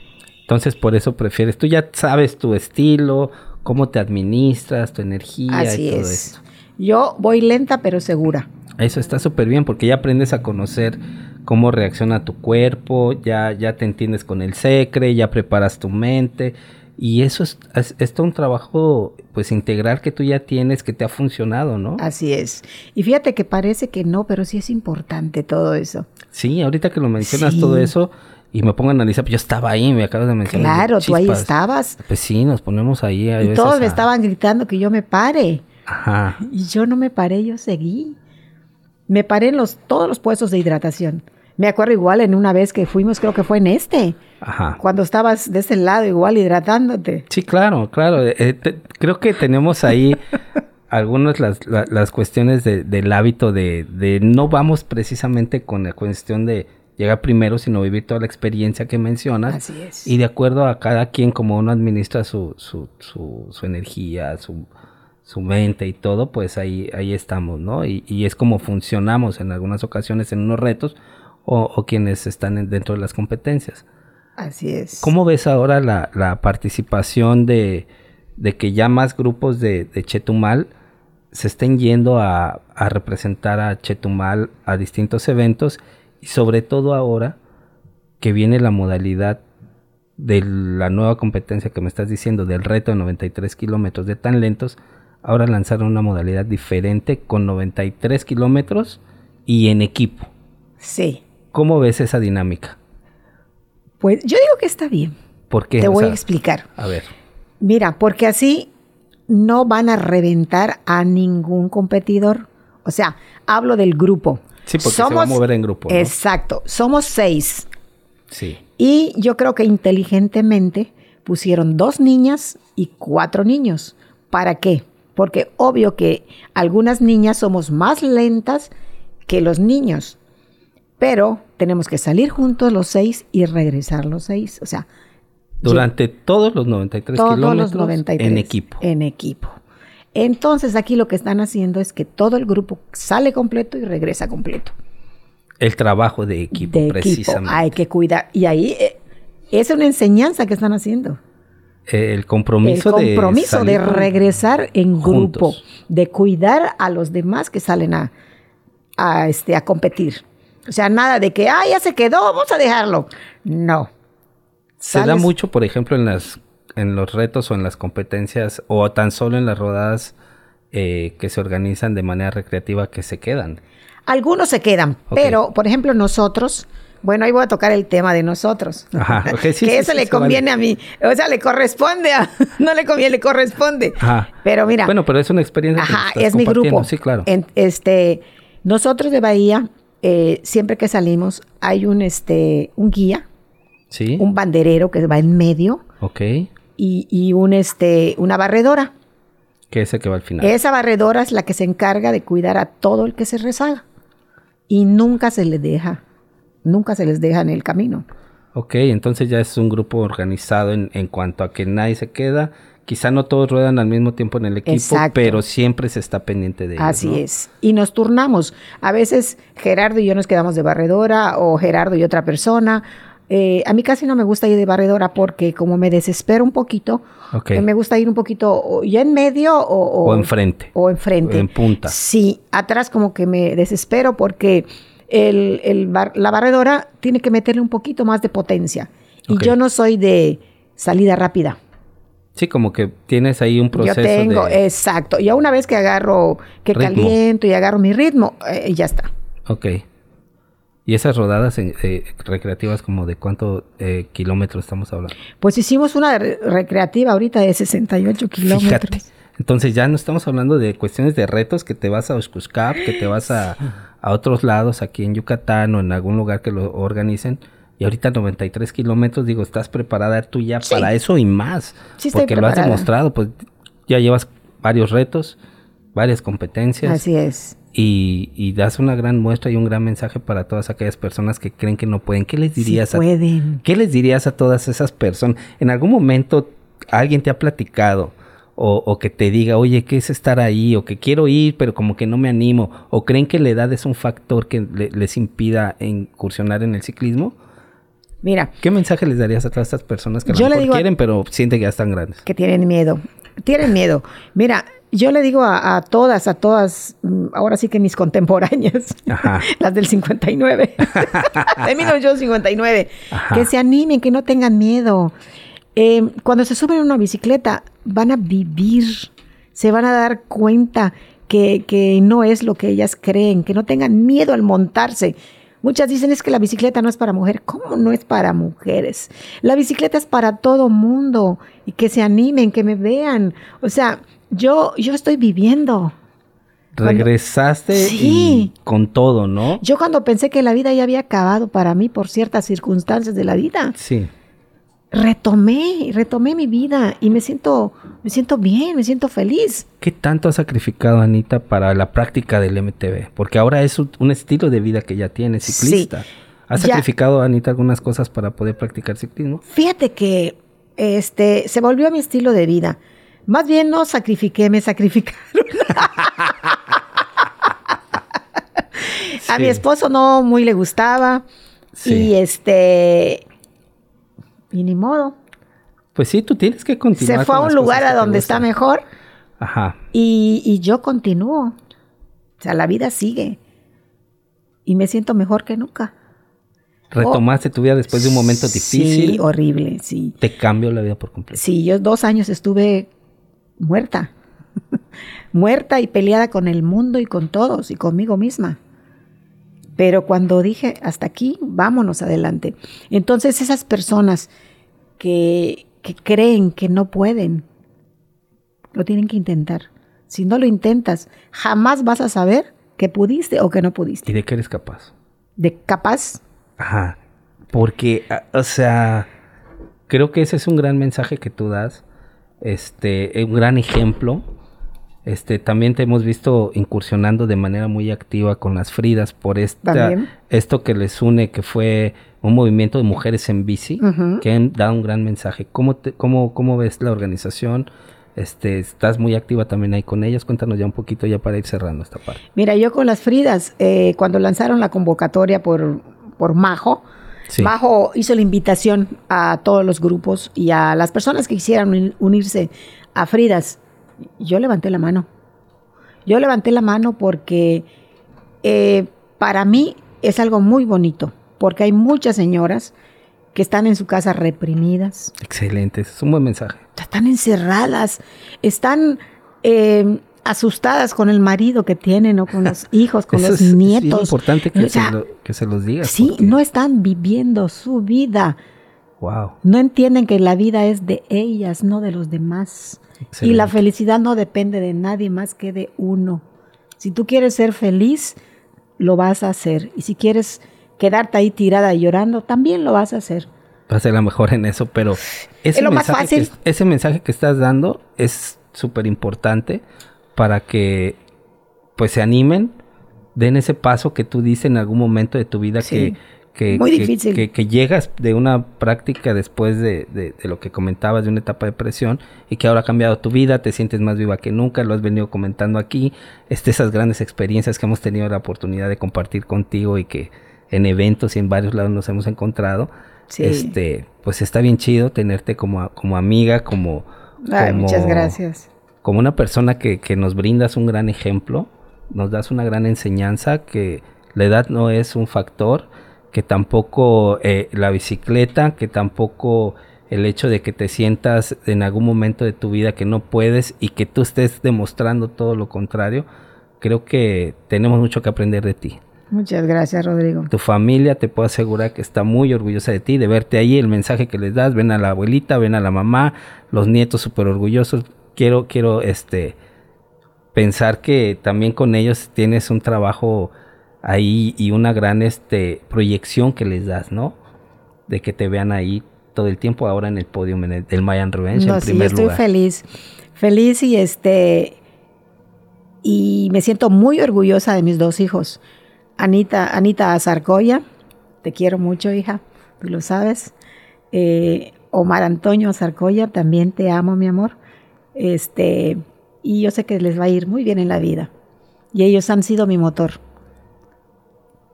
Speaker 3: Entonces, por eso prefieres. Tú ya sabes tu estilo, cómo te administras, tu energía
Speaker 4: Así
Speaker 3: y todo
Speaker 4: es.
Speaker 3: eso.
Speaker 4: Yo voy lenta pero segura.
Speaker 3: Eso está súper bien porque ya aprendes a conocer cómo reacciona tu cuerpo, ya, ya te entiendes con el secre, ya preparas tu mente. Y eso es, es, es todo un trabajo pues integral que tú ya tienes, que te ha funcionado, ¿no?
Speaker 4: Así es. Y fíjate que parece que no, pero sí es importante todo eso.
Speaker 3: Sí, ahorita que lo mencionas todo
Speaker 4: Sí.
Speaker 3: eso y me pongo a analizar, pues yo estaba ahí, me acabas de mencionar. yo,
Speaker 4: Claro, tú ahí
Speaker 3: chispas.
Speaker 4: estabas.
Speaker 3: Pues sí, nos ponemos ahí. a
Speaker 4: Y
Speaker 3: veces
Speaker 4: todos me
Speaker 3: a-
Speaker 4: estaban gritando que yo me pare.
Speaker 3: Ajá.
Speaker 4: Y yo no me paré, yo seguí. Me paré en los, todos los puestos de hidratación. Me acuerdo igual en una vez que fuimos, creo que fue en este,
Speaker 3: Ajá.
Speaker 4: cuando estabas de ese lado igual hidratándote.
Speaker 3: Sí, claro, claro. Eh, te- creo que tenemos ahí algunas las, la- las cuestiones de- del hábito de, de no vamos precisamente con la cuestión de llegar primero, sino vivir toda la experiencia que mencionas.
Speaker 4: Así es.
Speaker 3: Y de acuerdo a cada quien, como uno administra su, su, su, su energía, su, su mente y todo, pues ahí, ahí estamos, ¿no? Y, y es como funcionamos en algunas ocasiones en unos retos o, o quienes están en- dentro de las competencias.
Speaker 4: Así es.
Speaker 3: ¿Cómo ves ahora la, la participación de, de que ya más grupos de, de Chetumal se estén yendo a, a representar a Chetumal a distintos eventos y sobre todo ahora que viene la modalidad de la nueva competencia que me estás diciendo del reto de 93 kilómetros de tan lentos, ahora lanzaron una modalidad diferente con 93 kilómetros y en equipo.
Speaker 4: Sí.
Speaker 3: ¿Cómo ves esa dinámica?
Speaker 4: Pues yo digo que está bien.
Speaker 3: ¿Por qué?
Speaker 4: Te
Speaker 3: O
Speaker 4: voy
Speaker 3: sea,
Speaker 4: a explicar.
Speaker 3: A ver,
Speaker 4: Mira, porque así no van a reventar a ningún competidor. O sea, hablo del grupo.
Speaker 3: Sí, porque se va a mover en grupo, ¿no?
Speaker 4: Exacto. Somos seis.
Speaker 3: sí.
Speaker 4: Y yo creo que inteligentemente pusieron dos niñas y cuatro niños. ¿Para qué? Porque obvio que algunas niñas somos más lentas que los niños, pero tenemos que salir juntos los seis y regresar los seis. O sea,
Speaker 3: Durante todos los 93
Speaker 4: todos
Speaker 3: kilómetros
Speaker 4: los 93
Speaker 3: en equipo.
Speaker 4: En equipo. Entonces aquí lo que están haciendo es que todo el grupo sale completo y regresa completo.
Speaker 3: El trabajo de equipo,
Speaker 4: de equipo.
Speaker 3: precisamente.
Speaker 4: Hay que cuidar. Y ahí eh, es una enseñanza que están haciendo.
Speaker 3: El compromiso,
Speaker 4: el compromiso de,
Speaker 3: salir con-
Speaker 4: regresar en grupo,
Speaker 3: juntos.
Speaker 4: de cuidar a los demás que salen a, a, este, a competir. O sea, nada de que, ah, ya se quedó, vamos a dejarlo. No.
Speaker 3: Se da
Speaker 4: Sales-
Speaker 3: mucho, por ejemplo, en las en los retos o en las competencias o tan solo en las rodadas eh, que se organizan de manera recreativa que se quedan.
Speaker 4: Algunos se quedan,
Speaker 3: Ok.
Speaker 4: pero, por ejemplo, nosotros, bueno, ahí voy a tocar el tema de nosotros.
Speaker 3: Ajá, ok, sí,
Speaker 4: que
Speaker 3: sí,
Speaker 4: eso
Speaker 3: sí,
Speaker 4: le
Speaker 3: se
Speaker 4: conviene a mí. O sea, le corresponde a... No le conviene, le corresponde.
Speaker 3: Ajá.
Speaker 4: Pero mira.
Speaker 3: Ah. Bueno, pero es una experiencia. que nos
Speaker 4: Ajá,
Speaker 3: estás
Speaker 4: es mi
Speaker 3: compartiendo.
Speaker 4: grupo.
Speaker 3: Sí, claro.
Speaker 4: En- este, nosotros de Bahía, eh, siempre que salimos, hay un, este, un guía,
Speaker 3: sí.
Speaker 4: un banderero que va en medio
Speaker 3: Ok.
Speaker 4: y, y un, este, una barredora.
Speaker 3: Que es el que va al final.
Speaker 4: Esa barredora es la que se encarga de cuidar a todo el que se rezaga. Y nunca se le deja, nunca se les deja en el camino.
Speaker 3: Ok, entonces ya es un grupo organizado en, en cuanto a que nadie se queda. Quizá no todos ruedan al mismo tiempo en el equipo,
Speaker 4: Exacto.
Speaker 3: pero siempre se está pendiente de ellos.
Speaker 4: Así
Speaker 3: este, ¿no?
Speaker 4: es. Y nos turnamos. A veces Gerardo y yo nos quedamos de barredora o Gerardo y otra persona. Eh, a mí casi no me gusta ir de barredora porque como me desespero un poquito,
Speaker 3: Ok.
Speaker 4: eh, me gusta ir un poquito o ya en medio o,
Speaker 3: O enfrente.
Speaker 4: O enfrente.
Speaker 3: En punta.
Speaker 4: Sí, atrás como que me desespero porque el, el bar- la barredora tiene que meterle un poquito más de potencia. Y
Speaker 3: Ok.
Speaker 4: yo no soy de salida rápida.
Speaker 3: Sí, como que tienes ahí un
Speaker 4: Yo
Speaker 3: proceso
Speaker 4: tengo,
Speaker 3: de...
Speaker 4: exacto. Ya una vez que agarro, que
Speaker 3: Ritmo.
Speaker 4: caliento y agarro mi ritmo, eh, ya está.
Speaker 3: Ok. ¿Y esas rodadas en- eh, recreativas como de cuánto eh, kilómetros estamos hablando?
Speaker 4: Pues hicimos una re- recreativa ahorita de 68 kilómetros.
Speaker 3: Fíjate. Entonces ya no estamos hablando de cuestiones de retos que te vas a Oshkushkap, que te vas a, a otros lados, aquí en Yucatán o en algún lugar que lo organicen. Y ahorita 93 kilómetros, digo, estás preparada tú ya
Speaker 4: Sí.
Speaker 3: para eso y más.
Speaker 4: Sí estoy
Speaker 3: porque lo has
Speaker 4: preparada.
Speaker 3: demostrado, pues ya llevas varios retos, varias competencias.
Speaker 4: Así es.
Speaker 3: y, y das una gran muestra y un gran mensaje para todas aquellas personas que creen que no pueden. ¿Qué les dirías,
Speaker 4: Sí
Speaker 3: a,
Speaker 4: pueden.
Speaker 3: ¿qué les dirías a todas esas personas? En algún momento alguien te ha platicado o, o que te diga, oye, ¿qué es estar ahí? O que quiero ir, pero como que no me animo. O creen que la edad es un factor que le- les impida incursionar en el ciclismo.
Speaker 4: Mira,
Speaker 3: ¿Qué mensaje les darías a todas estas personas que a lo
Speaker 4: Yo le
Speaker 3: mejor
Speaker 4: digo a-
Speaker 3: quieren, pero sienten que ya están grandes?
Speaker 4: que tienen miedo. Tienen miedo. Mira, yo le digo a, a todas, a todas, mm, ahora sí que mis contemporáneas,
Speaker 3: Ajá.
Speaker 4: las del 59, de 1959,
Speaker 3: Ajá.
Speaker 4: que se animen, que no tengan miedo. Eh, cuando se suben a una bicicleta, van a vivir, se van a dar cuenta que, que no es lo que ellas creen, que no tengan miedo al montarse. Muchas dicen es que la bicicleta no es para mujer. ¿Cómo no es para mujeres? La bicicleta es para todo mundo y que se animen, que me vean. O sea, yo, yo estoy viviendo. Cuando-
Speaker 3: Regresaste
Speaker 4: Sí.
Speaker 3: y con todo, ¿no?
Speaker 4: Yo cuando pensé que la vida ya había acabado para mí por ciertas circunstancias de la vida,
Speaker 3: Sí.
Speaker 4: retomé, retomé mi vida y me siento, me siento bien, me siento feliz.
Speaker 3: ¿Qué tanto ha sacrificado Anita para la práctica del MTV? Porque ahora es un un estilo de vida que ya tiene ciclista. ¿Ha
Speaker 4: Ya.
Speaker 3: sacrificado Anita algunas cosas para poder practicar ciclismo?
Speaker 4: Fíjate que este se volvió mi estilo de vida. Más bien no sacrifiqué, me sacrificaron. A mi
Speaker 3: Sí.
Speaker 4: esposo no muy le gustaba
Speaker 3: Sí.
Speaker 4: y este Y ni modo.
Speaker 3: Pues sí, tú tienes que continuar.
Speaker 4: Se fue
Speaker 3: con
Speaker 4: a un
Speaker 3: las
Speaker 4: lugar
Speaker 3: cosas que
Speaker 4: a
Speaker 3: te
Speaker 4: donde está
Speaker 3: gustan.
Speaker 4: mejor
Speaker 3: Ajá.
Speaker 4: y, y yo continúo. O sea, la vida sigue. Y me siento mejor que nunca.
Speaker 3: Retomaste tu vida después de un momento difícil.
Speaker 4: Oh, Sí, horrible, sí.
Speaker 3: te cambió la vida por completo.
Speaker 4: Sí, yo dos años estuve muerta. muerta y peleada con el mundo y con todos y conmigo misma. Pero cuando dije, hasta aquí, vámonos adelante. Entonces esas personas que, que creen que no pueden, lo tienen que intentar. Si no lo intentas, jamás vas a saber que pudiste o que no
Speaker 3: ¿Y
Speaker 4: pudiste.
Speaker 3: de qué eres capaz?
Speaker 4: De capaz,
Speaker 3: Ajá. Porque, a- o sea, creo que ese es un gran mensaje que tú das. Este, eh, un gran ejemplo. Este, también te hemos visto incursionando de manera muy activa con las Fridas por esta,
Speaker 4: También.
Speaker 3: esto que les une, que fue un movimiento de mujeres en bici,
Speaker 4: Ujú.
Speaker 3: que han dado un gran mensaje. ¿Cómo, te- cómo, cómo ves la organización? Este, estás muy activa también ahí con ellas. Cuéntanos ya un poquito ya para ir cerrando esta parte.
Speaker 4: Mira, yo con las Fridas, eh, cuando lanzaron la convocatoria por, por Majo,
Speaker 3: Sí.
Speaker 4: Majo hizo la invitación a todos los grupos y a las personas que quisieran uni- unirse a Fridas. Yo levanté la mano. Yo levanté la mano porque eh, para mí es algo muy bonito, porque hay muchas señoras que están en su casa reprimidas,
Speaker 3: Excelente, ese es un buen mensaje.
Speaker 4: están encerradas, están eh, asustadas con el marido que tienen o con los hijos, con
Speaker 3: Eso
Speaker 4: los
Speaker 3: es- es bien
Speaker 4: nietos.
Speaker 3: importante
Speaker 4: O
Speaker 3: que,
Speaker 4: sea,
Speaker 3: se lo- que se los digas.
Speaker 4: Sí,
Speaker 3: porque-
Speaker 4: no están viviendo su vida.
Speaker 3: Wow.
Speaker 4: No entienden que la vida es de ellas, no de los demás. Y la
Speaker 3: excelente.
Speaker 4: felicidad no depende de nadie más que de uno. Si tú quieres ser feliz, lo vas a hacer. Y si quieres quedarte ahí tirada y llorando, también lo vas a hacer.
Speaker 3: Va a ser la mejor en eso, pero ese,
Speaker 4: lo más
Speaker 3: mensaje, que-
Speaker 4: fácil.
Speaker 3: ese mensaje que estás dando es súper importante para que pues se animen, den ese paso que tú dices en algún momento de tu vida
Speaker 4: Sí,
Speaker 3: que, que,
Speaker 4: muy
Speaker 3: que-
Speaker 4: difícil.
Speaker 3: que- que llegas de una práctica después de, de- de lo que comentabas, de una etapa de presión y que ahora ha cambiado tu vida, te sientes más viva que nunca, lo has venido comentando aquí, este, esas grandes experiencias que hemos tenido la oportunidad de compartir contigo y que en eventos y en varios lados nos hemos encontrado.
Speaker 4: Sí.
Speaker 3: Este, pues está bien chido tenerte como, a- como amiga, como,
Speaker 4: Ay,
Speaker 3: como-
Speaker 4: muchas gracias.
Speaker 3: Como una persona que, que nos brindas un gran ejemplo, nos das una gran enseñanza que la edad no es un factor, que tampoco eh, la bicicleta, que tampoco el hecho de que te sientas en algún momento de tu vida que no puedes y que tú estés demostrando todo lo contrario, creo que tenemos mucho que aprender de ti.
Speaker 4: Muchas gracias, Rodrigo.
Speaker 3: Tu familia te puedo asegurar que está muy orgullosa de ti, de verte ahí, el mensaje que les das, ven a la abuelita, ven a la mamá, los nietos súper orgullosos. Quiero, quiero, este, pensar que también con ellos tienes un trabajo ahí y una gran, este, proyección que les das, ¿no? De que te vean ahí todo el tiempo, ahora en el podio, en el, del Mayan Revenge,
Speaker 4: No,
Speaker 3: en
Speaker 4: sí, yo
Speaker 3: primer
Speaker 4: estoy
Speaker 3: lugar.
Speaker 4: feliz. Feliz y este. Y me siento muy orgullosa de mis dos hijos. Anita, Anita Azargoya, te quiero mucho, hija, tú lo sabes. Eh, Omar Antonio Azargoya, también te amo, mi amor. Este, y yo sé que les va a ir muy bien en la vida. Y ellos han sido mi motor.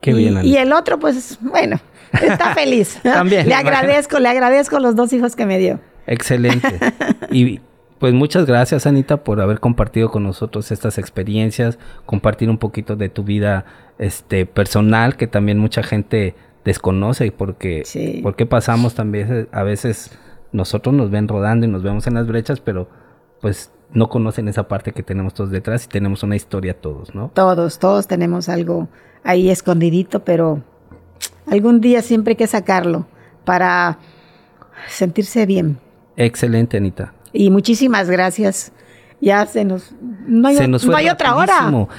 Speaker 3: Qué
Speaker 4: y,
Speaker 3: bien, Ana.
Speaker 4: y el otro, pues, bueno, está feliz.
Speaker 3: También,
Speaker 4: le
Speaker 3: me imagino.
Speaker 4: agradezco, le agradezco los dos hijos que me dio.
Speaker 3: Excelente. y pues muchas gracias, Anita, por haber compartido con nosotros estas experiencias, compartir un poquito de tu vida este, personal, que también mucha gente desconoce, porque,
Speaker 4: Sí.
Speaker 3: porque pasamos también, a veces nosotros nos ven rodando y nos vemos en las brechas, pero pues no conocen esa parte que tenemos todos detrás y tenemos una historia todos, ¿no?
Speaker 4: Todos, todos tenemos algo ahí escondidito, pero algún día siempre hay que sacarlo para sentirse bien.
Speaker 3: Excelente, Anita.
Speaker 4: Y muchísimas gracias. Ya se nos... No hay,
Speaker 3: Se nos fue
Speaker 4: no hay otra hora.
Speaker 3: rapidísimo.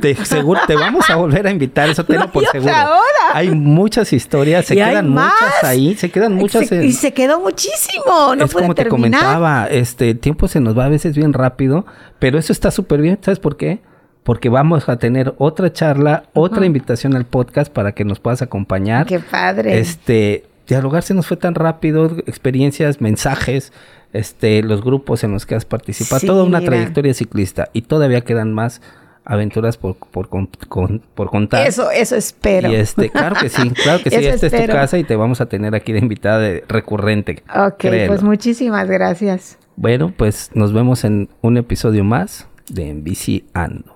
Speaker 3: De seguro te vamos a volver a invitar, eso tenlo
Speaker 4: No
Speaker 3: por
Speaker 4: hay otra
Speaker 3: seguro.
Speaker 4: hora.
Speaker 3: Hay muchas historias, se
Speaker 4: Y hay
Speaker 3: quedan
Speaker 4: más.
Speaker 3: muchas ahí, se quedan muchas.
Speaker 4: Se-
Speaker 3: en-
Speaker 4: y se quedó muchísimo. No
Speaker 3: es
Speaker 4: pude
Speaker 3: como te
Speaker 4: terminar.
Speaker 3: comentaba, este el tiempo se nos va a veces bien rápido, pero eso está súper bien, ¿sabes por qué? Porque vamos a tener otra charla, otra invitación al podcast para que nos puedas acompañar.
Speaker 4: Qué padre.
Speaker 3: Este, dialogar se nos fue tan rápido, experiencias, mensajes, este, los grupos en los que has participado,
Speaker 4: Sí,
Speaker 3: toda una
Speaker 4: mira.
Speaker 3: trayectoria ciclista y todavía quedan más aventuras por, por, con- con- por contar.
Speaker 4: Eso, eso espero.
Speaker 3: Y este, claro que sí, claro que sí,
Speaker 4: Eso
Speaker 3: esta es tu
Speaker 4: espero.
Speaker 3: casa y te vamos a tener aquí de invitada de- recurrente.
Speaker 4: Ok,
Speaker 3: créelo.
Speaker 4: pues muchísimas gracias.
Speaker 3: Bueno, pues nos vemos en un episodio más de En Bici Ando.